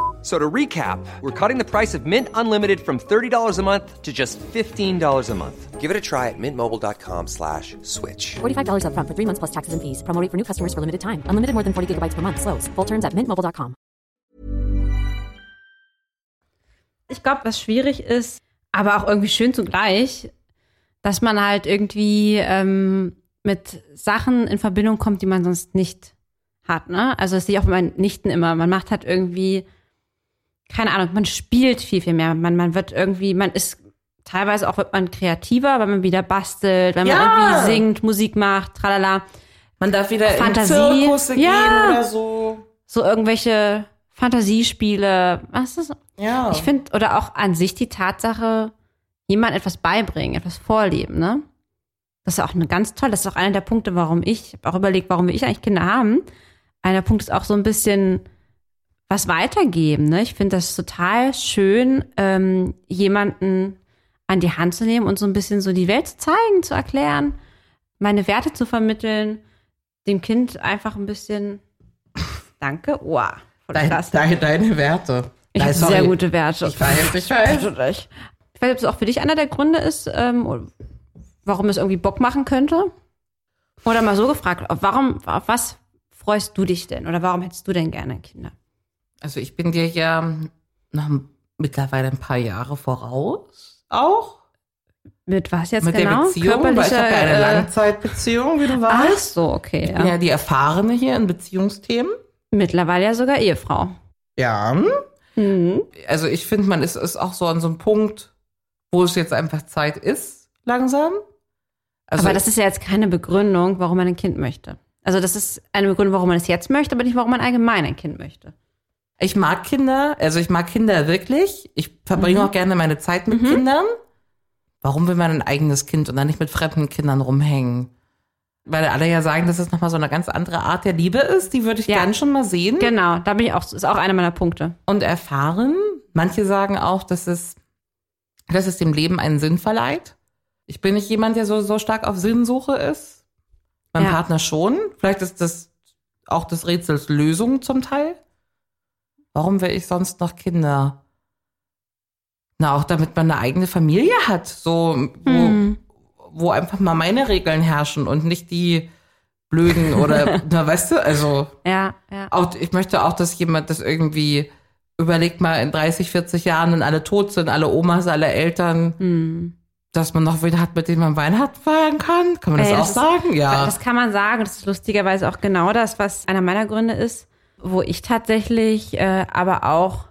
Speaker 5: So to recap, we're cutting the price of Mint Unlimited from $30 a month to just $15 a month. Give it a try at mintmobile.com slash switch.
Speaker 6: $45 upfront for three months plus taxes and fees. Promo rate for new customers for limited time. Unlimited more than 40 gigabytes per month. Slows. Full terms at mintmobile.com.
Speaker 3: Ich glaube, was schwierig ist, aber auch irgendwie schön zugleich, dass man halt irgendwie ähm, mit Sachen in Verbindung kommt, die man sonst nicht hat, ne? Also das sehe ich auch bei meinen Nichten immer. Man macht halt irgendwie, keine Ahnung, man spielt viel, viel mehr. Man, man wird irgendwie, man ist teilweise auch wird man kreativer, weil man wieder bastelt, wenn man
Speaker 2: Ja.
Speaker 3: irgendwie singt, Musik macht, tralala.
Speaker 2: Man darf wieder
Speaker 3: Fantasie.
Speaker 2: Äh, in Zirkusse
Speaker 3: Ja.
Speaker 2: gehen oder so.
Speaker 3: So irgendwelche Fantasiespiele. Was ist
Speaker 2: Ja.
Speaker 3: Ich finde, oder auch an sich die Tatsache, jemand etwas beibringen, etwas vorleben, ne? Das ist auch eine ganz toll, das ist auch einer der Punkte, warum ich ich hab auch überlegt, warum will ich eigentlich Kinder haben. Einer Punkt ist auch so ein bisschen was weitergeben. Ne? Ich finde das total schön, ähm, jemanden an die Hand zu nehmen und so ein bisschen so die Welt zu zeigen, zu erklären, meine Werte zu vermitteln, dem Kind einfach ein bisschen Danke, oh, voll
Speaker 2: Dein,
Speaker 3: krass.
Speaker 2: deine, deine Werte.
Speaker 3: Ich
Speaker 2: Nein,
Speaker 3: habe
Speaker 2: sorry.
Speaker 3: sehr gute Werte.
Speaker 2: Ich weiß, ich weiß.
Speaker 3: Ich weiß nicht, ob es auch für dich einer der Gründe ist, ähm, warum es irgendwie Bock machen könnte. Oder mal so gefragt, auf warum, auf was freust du dich denn? Oder warum hättest du denn gerne Kinder?
Speaker 2: Also ich bin dir ja noch m- mittlerweile ein paar Jahre voraus. Auch
Speaker 3: Mit was jetzt
Speaker 2: mit
Speaker 3: genau?
Speaker 2: der Beziehung, weil ich
Speaker 3: Körperlicher,
Speaker 2: habe ja eine
Speaker 3: äh,
Speaker 2: Langzeitbeziehung, wie du
Speaker 3: Ach
Speaker 2: weißt.
Speaker 3: so, okay.
Speaker 2: Ich
Speaker 3: Ja.
Speaker 2: bin ja die Erfahrene hier in Beziehungsthemen.
Speaker 3: Mittlerweile ja sogar Ehefrau.
Speaker 2: Ja.
Speaker 3: Mhm.
Speaker 2: Also ich finde, man ist, ist auch so an so einem Punkt, wo es jetzt einfach Zeit ist, langsam. Also
Speaker 3: aber das ist ja jetzt keine Begründung, warum man ein Kind möchte. Also das ist eine Begründung, warum man es jetzt möchte, aber nicht, warum man allgemein ein Kind möchte.
Speaker 2: ich mag Kinder, also ich mag Kinder wirklich. Ich verbringe
Speaker 3: Mhm.
Speaker 2: auch gerne meine Zeit mit Kindern. Warum will man ein eigenes Kind und dann nicht mit fremden Kindern rumhängen? Weil alle ja sagen, dass es nochmal so eine ganz andere Art der Liebe ist. Die würde ich
Speaker 3: Ja.
Speaker 2: gern schon mal sehen
Speaker 3: Genau, da bin ich auch, ist auch einer meiner Punkte.
Speaker 2: und erfahren. Manche sagen auch, dass es, dass es dem Leben einen Sinn verleiht. Ich bin nicht jemand, der so, so stark auf Sinnsuche ist. Mein
Speaker 3: Ja.
Speaker 2: Partner schon. Vielleicht ist das auch des Rätsels Lösung zum Teil. Warum will ich sonst noch Kinder? Na, auch damit man eine eigene Familie hat, so, wo,
Speaker 3: Hm. Mhm.
Speaker 2: wo einfach mal meine Regeln herrschen und nicht die blöden oder, na, weißt du, also
Speaker 3: Ja, ja.
Speaker 2: auch, ich möchte auch, dass jemand das irgendwie überlegt mal in 30, 40 Jahren, wenn alle tot sind, alle Omas, alle Eltern,
Speaker 3: Mhm.
Speaker 2: dass man noch wen hat, mit dem man Weihnachten feiern kann. Kann man das
Speaker 3: Ey,
Speaker 2: auch
Speaker 3: das ist-
Speaker 2: sagen? Ja.
Speaker 3: Das kann man sagen. Das ist lustigerweise auch genau das, was einer meiner Gründe ist, wo ich tatsächlich äh, aber auch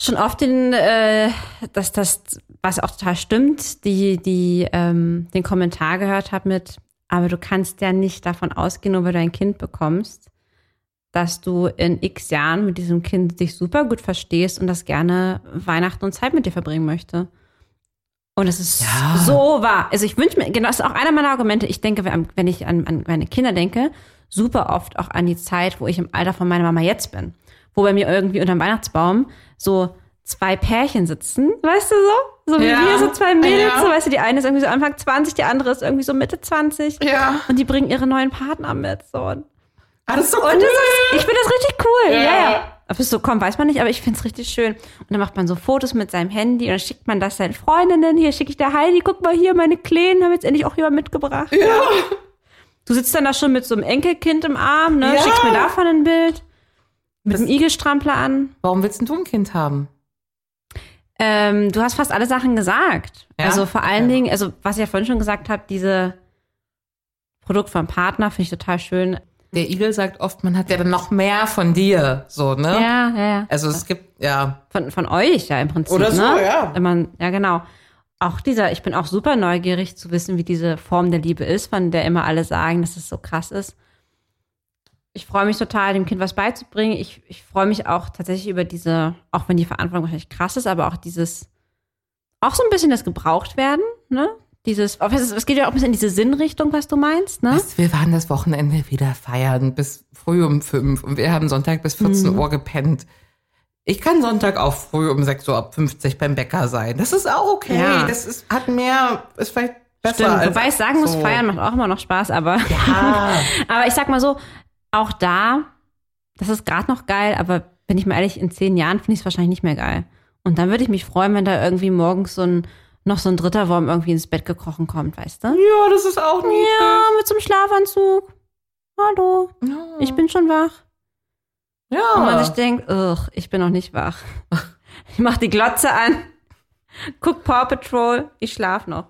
Speaker 3: schon oft den, äh, dass das, was auch total stimmt, die, die ähm, den Kommentar gehört habe mit, aber du kannst ja nicht davon ausgehen, nur weil du ein Kind bekommst, dass du in x Jahren mit diesem Kind dich super gut verstehst und das gerne Weihnachten und Zeit mit dir verbringen möchte. Und es ist
Speaker 2: Ja.
Speaker 3: so wahr. Also ich wünsche mir, genau, das ist auch einer meiner Argumente. Ich denke, wenn wenn ich an, an meine Kinder denke, super oft auch an die Zeit, wo ich im Alter von meiner Mama jetzt bin. Wo bei mir irgendwie unterm Weihnachtsbaum so zwei Pärchen sitzen, weißt du so? So wie
Speaker 2: Ja.
Speaker 3: wir, so zwei Mädels,
Speaker 2: Ja.
Speaker 3: so weißt du, die eine ist irgendwie so Anfang 20, die andere ist irgendwie so Mitte 20.
Speaker 2: ja.
Speaker 3: Und die bringen ihre neuen Partner mit. So. Und
Speaker 2: Ah, das ist so
Speaker 3: das
Speaker 2: cool.
Speaker 3: ist, ich finde das richtig cool. Ja,
Speaker 2: Ja.
Speaker 3: ja. Ob es so kommt, weiß man nicht, aber ich finde es richtig schön. Und dann macht man so Fotos mit seinem Handy und dann schickt man das seinen Freundinnen. Hier schicke ich der Heidi, guck mal hier, meine Kleinen haben jetzt endlich auch jemand mitgebracht. Ja. Du sitzt dann da schon mit so einem Enkelkind im Arm, ne?
Speaker 2: Ja.
Speaker 3: Schickst mir davon ein Bild. Mit einem Igelstrampler an.
Speaker 2: Warum willst denn du ein Kind haben?
Speaker 3: Ähm, du hast fast alle Sachen gesagt.
Speaker 2: Ja?
Speaker 3: Also vor allen
Speaker 2: Okay.
Speaker 3: Dingen, also was ich ja vorhin schon gesagt habe, diese Produkt vom Partner finde ich total schön.
Speaker 2: Der Igel sagt oft, man hat ja dann noch mehr von dir, so, ne?
Speaker 3: Ja, ja, ja.
Speaker 2: Also es gibt, ja.
Speaker 3: Von, von euch ja im Prinzip.
Speaker 2: Oder so,
Speaker 3: ne?
Speaker 2: ja.
Speaker 3: Wenn man, ja, genau. Auch dieser, ich bin auch super neugierig zu wissen, wie diese Form der Liebe ist, von der immer alle sagen, dass es so krass ist. Ich freue mich total, dem Kind was beizubringen. Ich, ich freue mich auch tatsächlich über diese, auch wenn die Verantwortung wahrscheinlich krass ist, aber auch dieses, auch so ein bisschen das Gebrauchtwerden, ne? Dieses, auch es es geht ja auch ein bisschen in diese Sinnrichtung, was du meinst, ne?
Speaker 2: Weißt du, wir waren das Wochenende wieder feiern bis früh um fünf und wir haben Sonntag bis 14
Speaker 3: Hm.
Speaker 2: Uhr gepennt. Ich kann Sonntag auch früh um 6 Uhr ab 50 beim Bäcker sein. Das ist auch okay.
Speaker 3: Ja.
Speaker 2: Das ist, hat mehr, ist vielleicht besser.
Speaker 3: Stimmt,
Speaker 2: als-
Speaker 3: wobei ich sagen muss,
Speaker 2: also so.
Speaker 3: feiern macht auch immer noch Spaß, aber. aber ich sag mal so, auch da, das ist gerade noch geil, aber bin ich mal ehrlich, in zehn Jahren finde ich es wahrscheinlich nicht mehr geil. Und dann würde ich mich freuen, wenn da irgendwie morgens so ein, noch so ein dritter Wurm irgendwie ins Bett gekrochen kommt, weißt du?
Speaker 2: Ja, das ist auch nie.
Speaker 3: Ja, mit so einem Schlafanzug. Hallo, ich bin schon wach.
Speaker 2: Ja.
Speaker 3: Und man sich denkt, ugh, ich bin noch nicht wach. Ich mach die Glotze an, guck Paw Patrol, ich schlaf noch.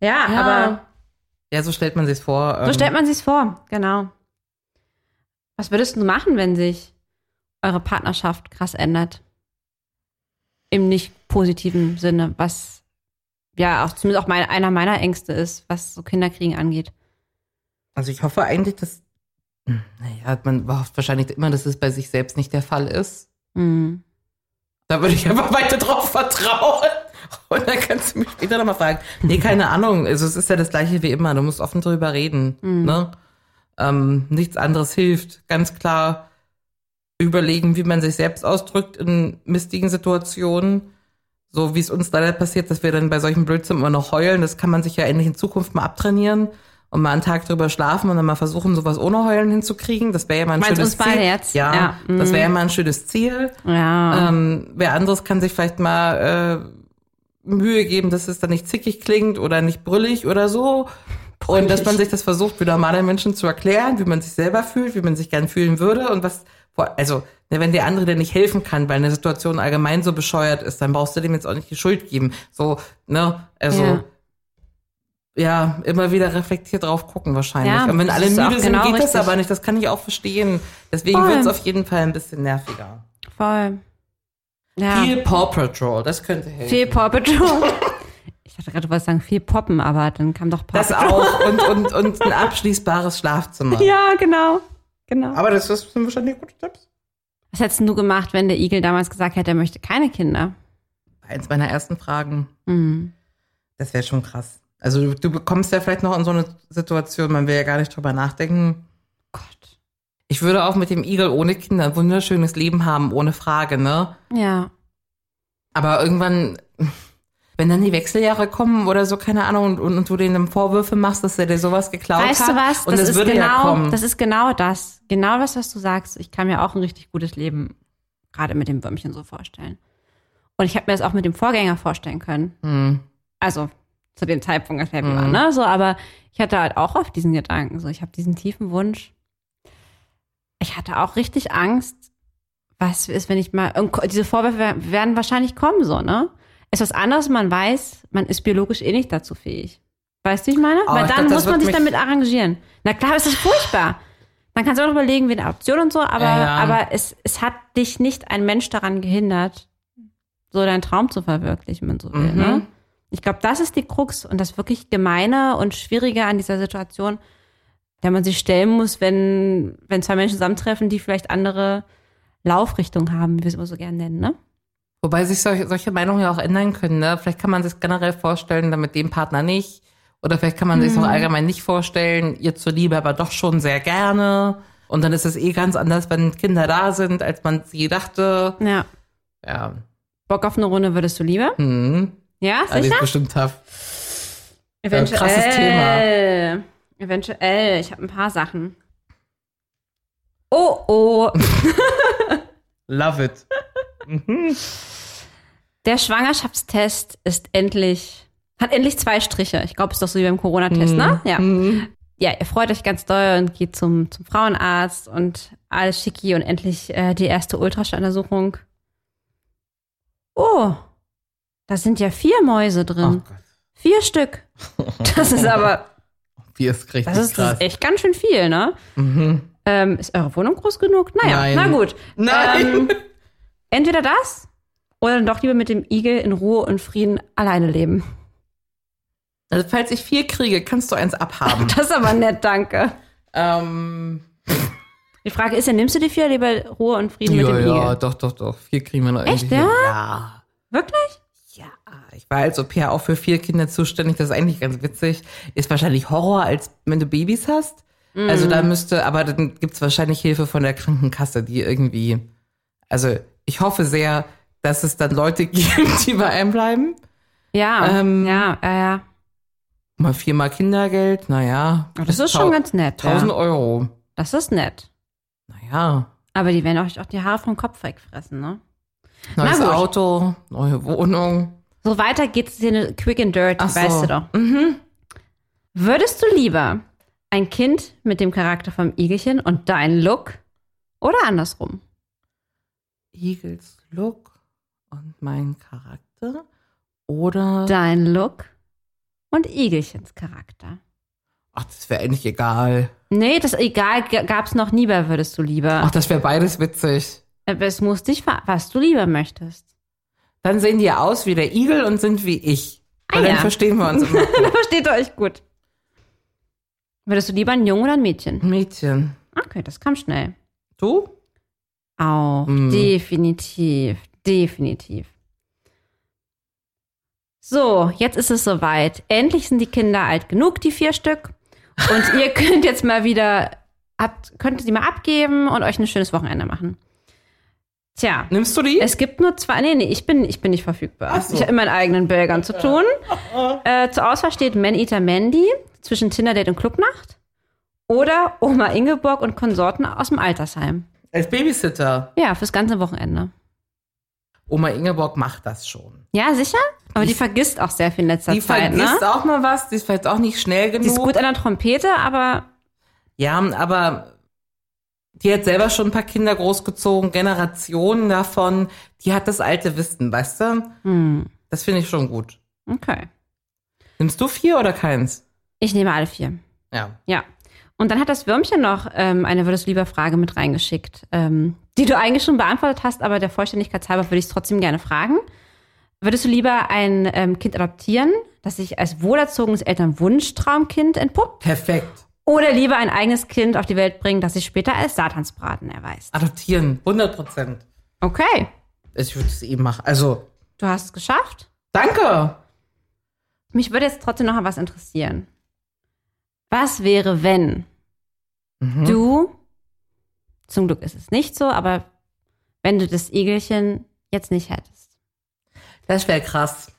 Speaker 3: Ja,
Speaker 2: ja.
Speaker 3: aber
Speaker 2: ja, so stellt man sich vor.
Speaker 3: So stellt man sich's vor, genau. Was würdest du machen, wenn sich eure Partnerschaft krass ändert? Im nicht positiven Sinne, was ja auch zumindest auch mein, einer meiner Ängste ist, was so Kinderkriegen angeht.
Speaker 2: Also ich hoffe eigentlich, dass, Hm, naja, man hofft wahrscheinlich immer, dass es bei sich selbst nicht der Fall ist.
Speaker 3: Hm.
Speaker 2: Da würde ich einfach weiter drauf vertrauen. Und dann kannst du mich später nochmal fragen. Nee, keine Ahnung. Also es ist ja das gleiche wie immer. Du musst offen
Speaker 3: Mhm.
Speaker 2: drüber reden. Ne? Ähm, nichts anderes hilft. Ganz klar überlegen, wie man sich selbst ausdrückt in mistigen Situationen. So wie es uns leider passiert, dass wir dann bei solchen Blödsinn immer noch heulen. Das kann man sich ja endlich in Zukunft mal abtrainieren und mal einen Tag drüber schlafen und dann mal versuchen, sowas ohne Heulen hinzukriegen. Das wäre ja mal ein
Speaker 3: Meinst
Speaker 2: schönes
Speaker 3: uns beide
Speaker 2: Ziel.
Speaker 3: jetzt?
Speaker 2: Ja,
Speaker 3: Ja. Mhm.
Speaker 2: das wäre ja mal ein schönes Ziel.
Speaker 3: Ja.
Speaker 2: Ähm, wer anderes kann sich vielleicht mal äh, Mühe geben, dass es dann nicht zickig klingt oder nicht brüllig oder so. Und dass man sich das versucht, wie normale Menschen zu erklären, wie man sich selber fühlt, wie man sich gern fühlen würde und was, also, ne, wenn der andere dir nicht helfen kann, weil eine Situation allgemein so bescheuert ist, dann brauchst du dem jetzt auch nicht die Schuld geben. So, ne, also,
Speaker 3: Ja.
Speaker 2: ja, immer wieder reflektiert drauf gucken wahrscheinlich.
Speaker 3: Ja,
Speaker 2: und wenn
Speaker 3: das
Speaker 2: alle
Speaker 3: ist auch
Speaker 2: müde sind,
Speaker 3: genau
Speaker 2: geht
Speaker 3: richtig.
Speaker 2: das aber nicht, das kann ich auch verstehen. Deswegen
Speaker 3: Voll.
Speaker 2: wird es auf jeden Fall ein bisschen nerviger.
Speaker 3: Voll. Ja.
Speaker 2: Viel Paw Patrol, das könnte helfen.
Speaker 3: Viel Paw Patrol. Ich dachte gerade, du wolltest sagen, viel poppen, aber dann kam doch Paw
Speaker 2: das
Speaker 3: Patrol.
Speaker 2: auch und, und, und ein abschließbares Schlafzimmer.
Speaker 3: Ja, genau. Genau.
Speaker 2: Aber das ist- sind wahrscheinlich gute Tipps.
Speaker 3: Was hättest denn du gemacht, wenn der Igel damals gesagt hätte, er möchte keine Kinder?
Speaker 2: Eins meiner ersten Fragen,
Speaker 3: Hm.
Speaker 2: das wäre schon krass. Also du, du bekommst ja vielleicht noch in so eine Situation, man will ja gar nicht drüber nachdenken.
Speaker 3: Gott.
Speaker 2: Ich würde auch mit dem Igel ohne Kinder ein wunderschönes Leben haben, ohne Frage, ne?
Speaker 3: Ja.
Speaker 2: Aber irgendwann, wenn dann die Wechseljahre kommen oder so, keine Ahnung, und, und, und du denen Vorwürfe machst, dass er dir sowas geklaut
Speaker 3: Weißt
Speaker 2: hat.
Speaker 3: du was?
Speaker 2: Und das,
Speaker 3: ist
Speaker 2: würde
Speaker 3: genau,
Speaker 2: ja kommen.
Speaker 3: das ist genau das. Genau das, was du sagst. Ich kann mir auch ein richtig gutes Leben gerade mit dem Würmchen so vorstellen. Und ich habe mir das auch mit dem Vorgänger vorstellen können.
Speaker 2: Hm.
Speaker 3: Also zu dem Zeitpunkt, als wir
Speaker 2: Mhm.
Speaker 3: waren, ne? So, aber ich hatte halt auch oft diesen Gedanken. So, ich habe diesen tiefen Wunsch. Ich hatte auch richtig Angst, was ist, wenn ich mal. Und diese Vorwürfe wer- werden wahrscheinlich kommen, so, ne? Ist was anderes, man weiß, man ist biologisch eh nicht dazu fähig. Weißt du, wie ich meine?
Speaker 2: Oh,
Speaker 3: Weil
Speaker 2: ich
Speaker 3: dann
Speaker 2: glaub, das
Speaker 3: muss man
Speaker 2: wird
Speaker 3: sich
Speaker 2: mich-
Speaker 3: damit arrangieren. Na klar, es ist furchtbar. Dann kannst du auch noch überlegen, wie eine Adoption und so, aber,
Speaker 2: Ja, ja.
Speaker 3: aber es, es hat dich nicht ein Mensch daran gehindert, so deinen Traum zu verwirklichen, wenn man so will.
Speaker 2: Mhm.
Speaker 3: Ne? Ich glaube, das ist die Krux und das wirklich Gemeine und Schwierige an dieser Situation, der man sich stellen muss, wenn, wenn zwei Menschen zusammentreffen, die vielleicht andere Laufrichtung haben, wie wir es immer so gerne nennen, ne?
Speaker 2: Wobei sich solche, solche Meinungen ja auch ändern können. Ne? Vielleicht kann man sich generell vorstellen, dann mit dem Partner nicht. Oder vielleicht kann man sich auch allgemein nicht vorstellen, ihr zuliebe aber doch schon sehr gerne. Und dann ist es eh ganz anders, wenn Kinder da sind, als man sie dachte.
Speaker 3: Ja.
Speaker 2: Ja,
Speaker 3: Bock auf eine Runde würdest du lieber?
Speaker 2: hm.
Speaker 3: Ja,
Speaker 2: also
Speaker 3: sicher?
Speaker 2: ist bestimmt tough.
Speaker 3: Eventuell.
Speaker 2: krasses
Speaker 3: Eventuell. Ich habe ein paar Sachen. Oh, oh.
Speaker 2: Love it.
Speaker 3: Der Schwangerschaftstest ist endlich, hat endlich zwei Striche. Ich glaube, es ist doch so wie beim Corona-Test, ne?
Speaker 2: Mhm.
Speaker 3: Ja. Ja, ihr freut euch ganz doll und geht zum, zum Frauenarzt und alles schicki und endlich äh, die erste Ultraschalluntersuchung. Oh, da sind ja vier Mäuse
Speaker 2: Oh
Speaker 3: drin.
Speaker 2: Gott,
Speaker 3: Vier Stück. Das ist aber,
Speaker 2: die ist richtig
Speaker 3: das ist, das
Speaker 2: krass. Mhm.
Speaker 3: ist echt ganz schön viel, ne? Ähm, ist eure Wohnung groß genug? Naja,
Speaker 2: Nein.
Speaker 3: na gut.
Speaker 2: Nein.
Speaker 3: Ähm, entweder das oder dann doch lieber mit dem Igel in Ruhe und Frieden alleine leben.
Speaker 2: also falls ich vier kriege, kannst du eins abhaben.
Speaker 3: Das ist aber nett, danke.
Speaker 2: ähm,
Speaker 3: Die Frage ist ja, nimmst du die vier lieber Ruhe und Frieden mit
Speaker 2: ja,
Speaker 3: dem
Speaker 2: ja,
Speaker 3: Igel?
Speaker 2: doch, doch, doch. Vier kriegen wir noch
Speaker 3: Echt,
Speaker 2: irgendwie.
Speaker 3: ja?
Speaker 2: hin. Ja.
Speaker 3: Wirklich?
Speaker 2: Ich war als Au-pair auch für vier Kinder zuständig. Das ist eigentlich ganz witzig. Ist wahrscheinlich Horror, als wenn du Babys hast.
Speaker 3: Mm.
Speaker 2: Also da müsste, aber dann gibt's wahrscheinlich Hilfe von der Krankenkasse, die irgendwie. Also ich hoffe sehr, dass es dann Leute gibt, die bei einem bleiben.
Speaker 3: Ja,
Speaker 2: Ähm,
Speaker 3: ja, ja, ja.
Speaker 2: Mal viermal Kindergeld, naja.
Speaker 3: Aber Das ist schon ganz nett.
Speaker 2: 1000
Speaker 3: Ja.
Speaker 2: Euro.
Speaker 3: Das ist nett.
Speaker 2: Naja.
Speaker 3: Aber die werden euch auch die Haare vom Kopf wegfressen, ne?
Speaker 2: Neues
Speaker 3: gut.
Speaker 2: Auto, neue Wohnung.
Speaker 3: So weiter geht's hier ne- quick and dirty,
Speaker 2: Ach so. Mhm.
Speaker 3: weißt du doch. Würdest du lieber ein Kind mit dem Charakter vom Igelchen und deinen Look oder andersrum?
Speaker 2: Eagles Look und mein Charakter. Oder.
Speaker 3: Dein Look und Igelchens Charakter.
Speaker 2: Ach, das wäre eigentlich egal.
Speaker 3: Nee, das egal g- gab's noch nie bei würdest du
Speaker 2: Ach,
Speaker 3: lieber.
Speaker 2: das wäre beides witzig.
Speaker 3: Aber es muss dich, ver- was du lieber möchtest.
Speaker 2: Dann sehen die ja aus wie der Igel und sind wie ich.
Speaker 3: Ah,
Speaker 2: Weil
Speaker 3: ja.
Speaker 2: dann verstehen wir uns immer.
Speaker 3: da versteht ihr euch gut. Würdest du lieber einen Jungen oder ein
Speaker 2: Hm.
Speaker 3: Mädchen?
Speaker 2: Mädchen.
Speaker 3: Okay, das kam schnell.
Speaker 2: Du?
Speaker 3: Auch, definitiv, definitiv. So, jetzt ist es soweit. Endlich sind die Kinder alt genug, die vier Stück. Und ihr könnt jetzt mal wieder, habt, könnt sie mal abgeben und euch ein schönes Wochenende machen. Tja.
Speaker 2: Nimmst du die?
Speaker 3: Es gibt nur zwei. Nee, nee, ich bin, ich bin nicht verfügbar.
Speaker 2: so.
Speaker 3: Ich habe immer meinen eigenen Bürgern zu tun. äh, zur Auswahl steht Man Eater Mandy zwischen Tinder-Date und Clubnacht oder Oma Ingeborg und Konsorten aus dem Altersheim.
Speaker 2: Als Babysitter.
Speaker 3: Ja, fürs ganze Wochenende.
Speaker 2: Oma Ingeborg macht das schon.
Speaker 3: Ja, sicher? Aber die vergisst auch sehr viel in letzter
Speaker 2: Die
Speaker 3: Zeit, ne?
Speaker 2: vergisst auch mal was, die ist vielleicht auch nicht schnell genug.
Speaker 3: Die ist gut an der Trompete, aber
Speaker 2: Ja, aber die hat selber schon ein paar Kinder großgezogen, Generationen davon. Die hat das alte Wissen, weißt du?
Speaker 3: hm,
Speaker 2: Das finde ich schon gut.
Speaker 3: okay.
Speaker 2: Nimmst du vier oder keins?
Speaker 3: Ich nehme alle vier.
Speaker 2: Ja.
Speaker 3: Ja. Und dann hat das Würmchen noch ähm, eine würdest du lieber Frage mit reingeschickt, ähm, die du eigentlich schon beantwortet hast, aber der Vollständigkeit halber würde ich es trotzdem gerne fragen. Würdest du lieber ein ähm, Kind adoptieren, das sich als wohlerzogenes Elternwunschtraumkind entpuppt?
Speaker 2: Perfekt.
Speaker 3: Oder lieber ein eigenes Kind auf die Welt bringen, das sich später als Satansbraten erweist?
Speaker 2: Adoptieren, 100 Prozent.
Speaker 3: Okay,
Speaker 2: Ich würde es eben machen. Also,
Speaker 3: du hast es geschafft.
Speaker 2: danke.
Speaker 3: Mich würde jetzt trotzdem noch was interessieren. Was wäre, wenn du, zum Glück ist es nicht so, aber wenn du das Igelchen jetzt nicht hättest,
Speaker 2: Das wäre krass.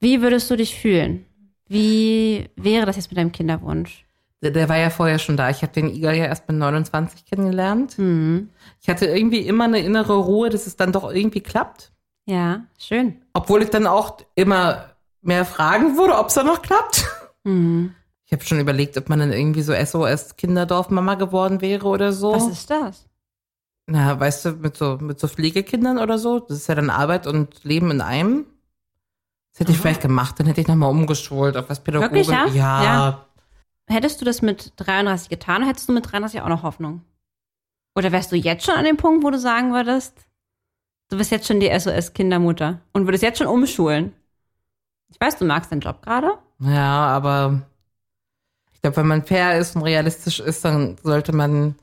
Speaker 3: wie würdest du dich fühlen? Wie wäre das jetzt mit deinem Kinderwunsch?
Speaker 2: Der, der war ja vorher schon da. Ich habe den Igor ja erst mit 29 kennengelernt.
Speaker 3: Hm.
Speaker 2: Ich hatte irgendwie immer eine innere Ruhe, dass es dann doch irgendwie klappt.
Speaker 3: Ja, schön.
Speaker 2: Obwohl ich dann auch immer mehr fragen würde, ob es dann noch klappt.
Speaker 3: Hm.
Speaker 2: Ich habe schon überlegt, ob man dann irgendwie so SOS-Kinderdorfmama geworden wäre oder so.
Speaker 3: Was ist das?
Speaker 2: Na, weißt du, mit so, mit so Pflegekindern oder so. Das ist ja dann Arbeit und Leben in einem. Das hätte ich vielleicht gemacht, dann hätte ich nochmal umgeschult auf was Pädagogik.
Speaker 3: Wirklich, ja?
Speaker 2: ja?
Speaker 3: Ja. Hättest du das mit 33 getan, hättest du mit 33 auch noch Hoffnung? Oder wärst du jetzt schon an dem Punkt, wo du sagen würdest, du bist jetzt schon die SOS-Kindermutter und würdest jetzt schon umschulen? Ich weiß, du magst deinen Job gerade.
Speaker 2: Ja, aber ich glaube, wenn man fair ist und realistisch ist, dann sollte man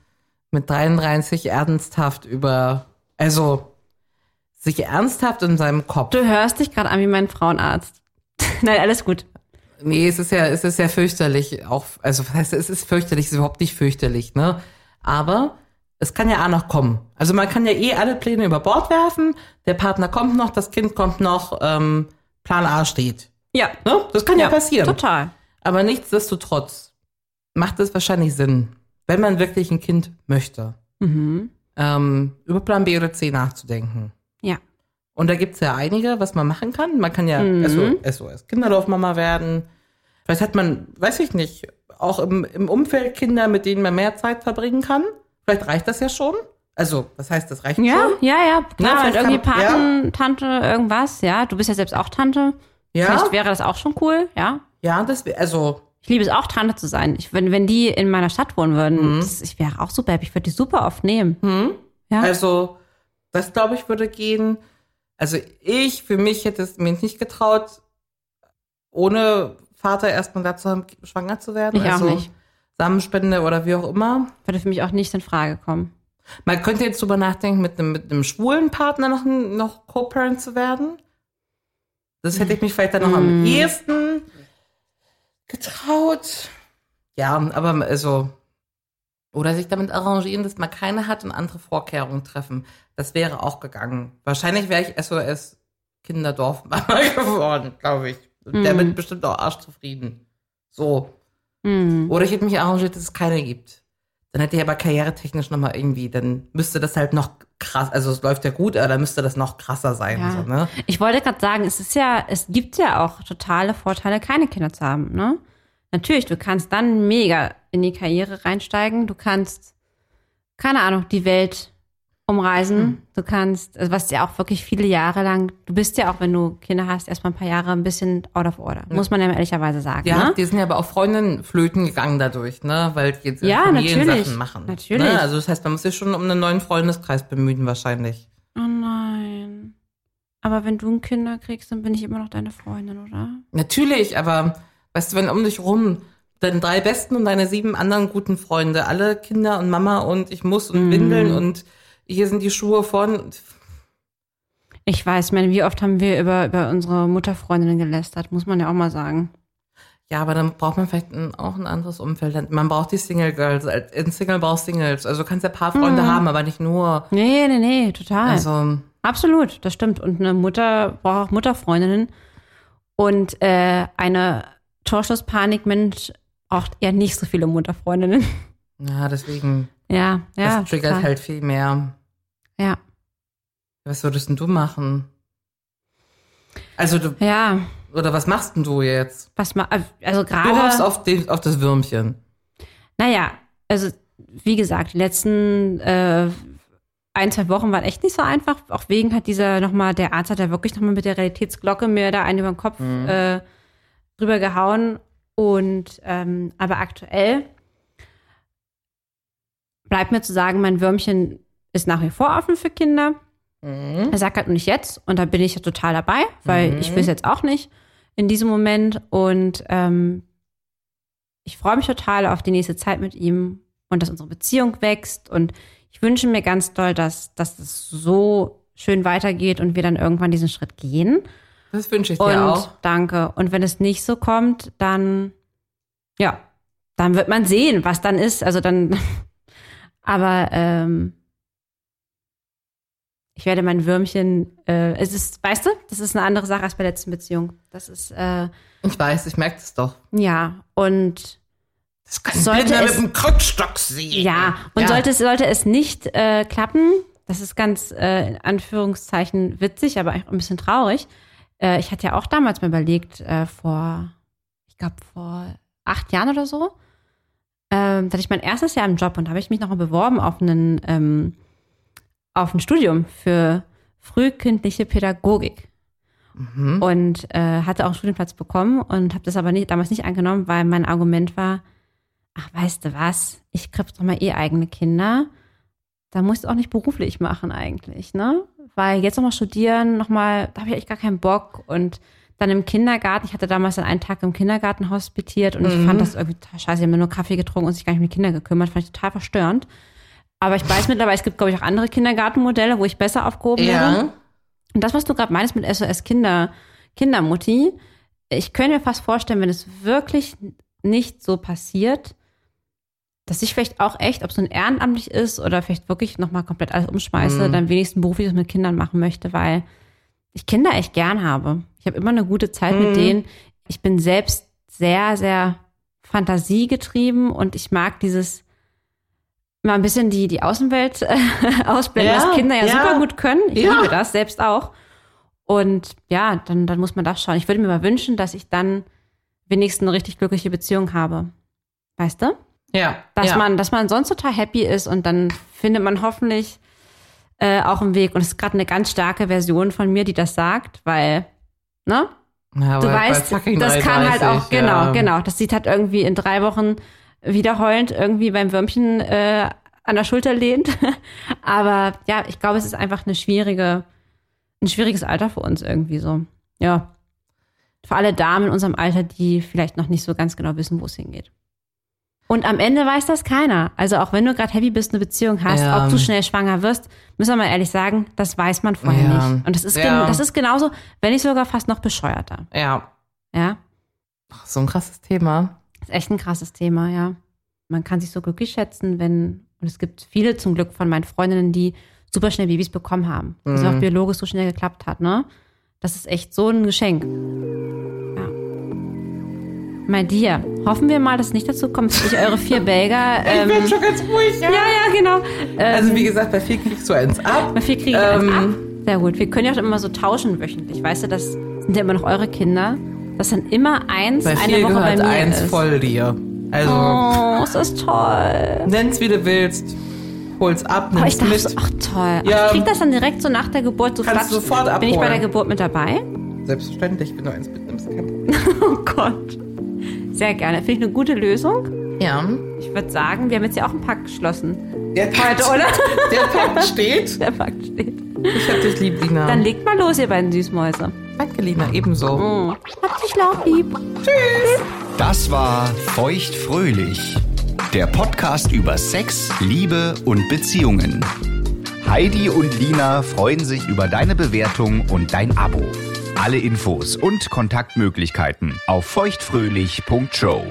Speaker 2: mit 33 ernsthaft über, also sich ernsthaft in seinem Kopf.
Speaker 3: Du hörst dich gerade an wie mein Frauenarzt. Nein, alles gut.
Speaker 2: Nee, es ist ja, es ist ja fürchterlich, auch, also was heißt, es ist fürchterlich, es ist überhaupt nicht fürchterlich, ne? Aber es kann ja auch noch kommen. Also man kann ja eh alle Pläne über Bord werfen, der Partner kommt noch, das Kind kommt noch, ähm, Plan A steht.
Speaker 3: Ja.
Speaker 2: Ne? Das kann ja passieren.
Speaker 3: Total.
Speaker 2: Aber nichtsdestotrotz macht es wahrscheinlich Sinn, wenn man wirklich ein Kind möchte,
Speaker 3: Mhm.
Speaker 2: ähm, über Plan B oder C nachzudenken.
Speaker 3: Ja.
Speaker 2: Und da gibt's ja einige, was man machen kann. Man kann ja
Speaker 3: Mhm.
Speaker 2: SO SOS Kinderlaufmama werden. Vielleicht hat man, weiß ich nicht, auch im, im Umfeld Kinder, mit denen man mehr Zeit verbringen kann. Vielleicht reicht das ja schon. Also, was heißt, das reicht
Speaker 3: Ja,
Speaker 2: schon?
Speaker 3: ja, ja. Klar,
Speaker 2: Na,
Speaker 3: vielleicht
Speaker 2: das
Speaker 3: irgendwie
Speaker 2: kann- ja.
Speaker 3: Paten, Tante, irgendwas. Ja, du bist ja selbst auch Tante.
Speaker 2: Ja.
Speaker 3: Vielleicht wäre das auch schon cool. Ja.
Speaker 2: Ja, das wär- also,
Speaker 3: Ich liebe es auch, Tante zu sein. Ich, wenn, wenn die in meiner Stadt wohnen würden, das, ich wäre auch super happy. Ich würde die super oft nehmen. Ja.
Speaker 2: Also, das glaube ich würde gehen. Also ich, für mich hätte es mir nicht getraut, ohne Vater erstmal dazu schwanger zu werden.
Speaker 3: Ich auch
Speaker 2: also
Speaker 3: nicht.
Speaker 2: Samenspende oder wie auch immer.
Speaker 3: Würde für mich auch nicht in Frage kommen.
Speaker 2: Man könnte jetzt drüber nachdenken, mit einem, mit einem schwulen Partner noch, ein- noch Co-Parent zu werden. Das hätte ich mich vielleicht dann noch am ehesten getraut. Ja, aber also. Oder sich damit arrangieren, dass man keine hat und andere Vorkehrungen treffen. Das wäre auch gegangen. Wahrscheinlich wäre ich SOS Kinderdorfmama geworden, glaube ich. Und damit bestimmt auch arschzufrieden. So.
Speaker 3: Mhm.
Speaker 2: Oder ich hätte mich arrangiert, dass es keine gibt. Dann hätte ich aber karrieretechnisch nochmal irgendwie, dann müsste das halt noch krass, also es läuft ja gut, aber dann müsste das noch krasser sein.
Speaker 3: Ja.
Speaker 2: So, ne?
Speaker 3: Ich wollte gerade sagen, es ist ja, es gibt ja auch totale Vorteile, keine Kinder zu haben, ne? Natürlich, du kannst dann mega in die Karriere reinsteigen, du kannst, keine Ahnung, die Welt umreisen, du kannst, also was ja auch wirklich viele Jahre lang, du bist ja auch, wenn du Kinder hast, erstmal ein paar Jahre ein bisschen out of order, muss man ja mal ehrlicherweise sagen,
Speaker 2: Ja,
Speaker 3: ne?
Speaker 2: die sind ja aber auch Freundinnen flöten gegangen dadurch, ne? Weil die jetzt
Speaker 3: Ja, natürlich.
Speaker 2: Familiensachen machen.
Speaker 3: Natürlich.
Speaker 2: Ne? Also das heißt, man muss sich schon um einen neuen Freundeskreis bemühen wahrscheinlich.
Speaker 3: Oh nein. Aber wenn du ein Kinder kriegst, dann bin ich immer noch deine Freundin, oder?
Speaker 2: Natürlich, aber weißt du, wenn um dich rum deine drei besten und deine sieben anderen guten Freunde, alle Kinder und Mama und ich muss
Speaker 3: Mhm.
Speaker 2: und Windeln und hier sind die Schuhe von.
Speaker 3: Ich weiß, ich meine, wie oft haben wir über, über unsere Mutterfreundinnen gelästert, muss man ja auch mal sagen.
Speaker 2: Ja, aber dann braucht man vielleicht ein, auch ein anderes Umfeld. Man braucht die Single Girls. Als- In Single brauchst du Singles. Also du kannst ja Paarfreunde
Speaker 3: Mhm.
Speaker 2: haben, aber nicht nur.
Speaker 3: Nee, nee, nee, total.
Speaker 2: Also,
Speaker 3: Absolut, das stimmt. Und eine Mutter braucht auch Mutterfreundinnen. Und äh, eine Torschlusspanikmensch braucht eher nicht so viele Mutterfreundinnen.
Speaker 2: ja, deswegen.
Speaker 3: ja, ja.
Speaker 2: das triggert
Speaker 3: total.
Speaker 2: halt viel mehr.
Speaker 3: Ja,
Speaker 2: Was würdest denn du machen? Also du,
Speaker 3: ja.
Speaker 2: oder was machst denn du jetzt?
Speaker 3: Was ma also
Speaker 2: Du hoffst
Speaker 3: gerade.
Speaker 2: auf, den, auf das Würmchen.
Speaker 3: Naja, also wie gesagt, die letzten äh, ein, zwei Wochen waren echt nicht so einfach. Auch wegen hat dieser nochmal, der Arzt hat da wirklich nochmal mit der Realitätsglocke mir da einen über den Kopf äh, drüber gehauen. Und ähm, aber aktuell bleibt mir zu sagen, mein Würmchen ist nach wie vor offen für Kinder. Er sagt halt nur nicht jetzt und da bin ich total dabei, weil ich will es jetzt auch nicht in diesem Moment. Und ähm, ich freue mich total auf die nächste Zeit mit ihm und dass unsere Beziehung wächst. Und ich wünsche mir ganz doll, dass, dass das so schön weitergeht und wir dann irgendwann diesen Schritt gehen.
Speaker 2: Das wünsche ich dir
Speaker 3: Und
Speaker 2: auch.
Speaker 3: danke. Und wenn es nicht so kommt, dann ja, dann wird man sehen, was dann ist. Also dann, aber ähm, ich werde mein Würmchen, äh, es ist, weißt du, das ist eine andere Sache als bei der letzten Beziehung. Das ist äh,
Speaker 2: Ich weiß, ich merke das doch.
Speaker 3: ja und
Speaker 2: Das kann
Speaker 3: Sollte
Speaker 2: Blinder
Speaker 3: es-
Speaker 2: mit dem Krückstock sehen.
Speaker 3: Ja, und Sollte, es, sollte es nicht äh, klappen, das ist ganz äh, in Anführungszeichen witzig, aber auch ein bisschen traurig. Äh, ich hatte ja auch damals mal überlegt, äh, vor, ich glaube, vor acht Jahren oder so, ähm, da hatte ich mein erstes Jahr im Job und da habe ich mich nochmal beworben auf, einen, ähm, auf ein Studium für frühkindliche Pädagogik. Und äh, hatte auch einen Studienplatz bekommen und habe das aber nicht, damals nicht angenommen, weil mein Argument war, ach, weißt du was, ich krieg doch mal eh eigene Kinder. Da muss ich auch nicht beruflich machen eigentlich, ne? Weil jetzt nochmal studieren, nochmal, da habe ich echt gar keinen Bock. Und dann im Kindergarten, ich hatte damals dann einen Tag im Kindergarten hospitiert und ich fand das irgendwie total scheiße, ich habe nur Kaffee getrunken und sich gar nicht um die Kinder gekümmert, fand ich total verstörend. Aber ich weiß mittlerweile, es gibt, glaube ich, auch andere Kindergartenmodelle, wo ich besser aufgehoben wäre.
Speaker 2: Ja.
Speaker 3: Und das, was du gerade meinst mit SOS Kinder, Kindermutti, ich könnte mir fast vorstellen, wenn es wirklich nicht so passiert, dass ich vielleicht auch echt, ob es nun ehrenamtlich ist oder vielleicht wirklich nochmal komplett alles umschmeiße, dann wenigstens beruflich was mit Kindern machen möchte, weil ich Kinder echt gern habe. Ich habe immer eine gute Zeit mit denen. Ich bin selbst sehr, sehr fantasiegetrieben und ich mag dieses mal ein bisschen die, die Außenwelt äh, ausblenden,
Speaker 2: Ja,
Speaker 3: was Kinder ja,
Speaker 2: ja.
Speaker 3: super gut können. Ich
Speaker 2: Ja.
Speaker 3: liebe das selbst auch. Und ja, dann, dann muss man das schauen. Ich würde mir mal wünschen, dass ich dann wenigstens eine richtig glückliche Beziehung habe. Weißt du?
Speaker 2: Ja.
Speaker 3: Dass,
Speaker 2: ja.
Speaker 3: man, dass man sonst total happy ist und dann findet man hoffentlich äh, auch einen Weg. Und es ist gerade eine ganz starke Version von mir, die das sagt, weil, ne?
Speaker 2: Ja,
Speaker 3: Du
Speaker 2: bei- bei
Speaker 3: weißt,
Speaker 2: fucking
Speaker 3: das kann halt
Speaker 2: 33,
Speaker 3: auch, genau,
Speaker 2: ja.
Speaker 3: genau. Das sieht halt irgendwie in drei Wochen wieder heulend irgendwie beim Würmchen äh, an der Schulter lehnt. Aber ja, ich glaube, es ist einfach eine schwierige, ein schwieriges Alter für uns irgendwie so. Ja. Für alle Damen in unserem Alter, die vielleicht noch nicht so ganz genau wissen, wo es hingeht. Und am Ende weiß das keiner. Also auch wenn du gerade happy bist, eine Beziehung hast,
Speaker 2: Ja.
Speaker 3: ob du schnell schwanger wirst, müssen wir mal ehrlich sagen, das weiß man vorher
Speaker 2: Ja.
Speaker 3: nicht. Und das ist,
Speaker 2: Ja.
Speaker 3: gen das ist genauso, wenn nicht sogar fast noch bescheuerter.
Speaker 2: Ja.
Speaker 3: Ja,
Speaker 2: Ach, so ein krasses Thema.
Speaker 3: ist echt ein krasses Thema, ja. Man kann sich so glücklich schätzen, wenn, und es gibt viele zum Glück von meinen Freundinnen, die super schnell Babys bekommen haben. Das
Speaker 2: Mhm.
Speaker 3: auch biologisch so schnell geklappt hat, ne? Das ist echt so ein Geschenk. Ja. Mein dir, hoffen wir mal, dass es nicht dazu kommt, dass ich eure vier Belger. Ähm,
Speaker 2: bin schon ganz ruhig.
Speaker 3: ja, ja, genau. Ähm,
Speaker 2: Also wie gesagt, bei viel kriegst du eins ab.
Speaker 3: Mal viel kriege ich
Speaker 2: Ähm.
Speaker 3: eins ab. Sehr gut. Wir können ja auch immer so tauschen wöchentlich. Weißt du, das sind ja immer noch eure Kinder. Das sind immer eins,
Speaker 2: Bei
Speaker 3: eine
Speaker 2: viel
Speaker 3: Woche bei
Speaker 2: gehört
Speaker 3: mir
Speaker 2: eins
Speaker 3: ist.
Speaker 2: voll dir. Also
Speaker 3: Oh, es ist toll.
Speaker 2: nenn's wie du willst. Hol's ab,
Speaker 3: Aber
Speaker 2: nimm's
Speaker 3: ich dachte
Speaker 2: mit.
Speaker 3: so, ach toll. Ach,
Speaker 2: Ja.
Speaker 3: ich krieg das dann direkt so nach der Geburt so
Speaker 2: Kannst du
Speaker 3: flatsch.
Speaker 2: sofort
Speaker 3: Bin ich bei
Speaker 2: abholen.
Speaker 3: der Geburt mit dabei?
Speaker 2: Selbstverständlich, wenn du eins mitnimmst, kein Problem.
Speaker 3: Oh Gott. Sehr gerne. Finde ich eine gute Lösung.
Speaker 2: Ja.
Speaker 3: Ich würde sagen, wir haben jetzt ja auch einen Pakt geschlossen.
Speaker 2: Der Pakt,
Speaker 3: oder?
Speaker 2: Der Pakt steht.
Speaker 3: Der Pakt steht.
Speaker 2: Ich hab dich lieb, Lina.
Speaker 3: Dann legt mal los, ihr beiden Süßmäuse.
Speaker 2: Danke, Lina, ebenso.
Speaker 3: Habt dich laut lieb.
Speaker 7: Das war Feuchtfröhlich, der Podcast über Sex, Liebe und Beziehungen. Heidi und Lina freuen sich über deine Bewertung und dein Abo. Alle Infos und Kontaktmöglichkeiten auf feuchtfröhlich.show.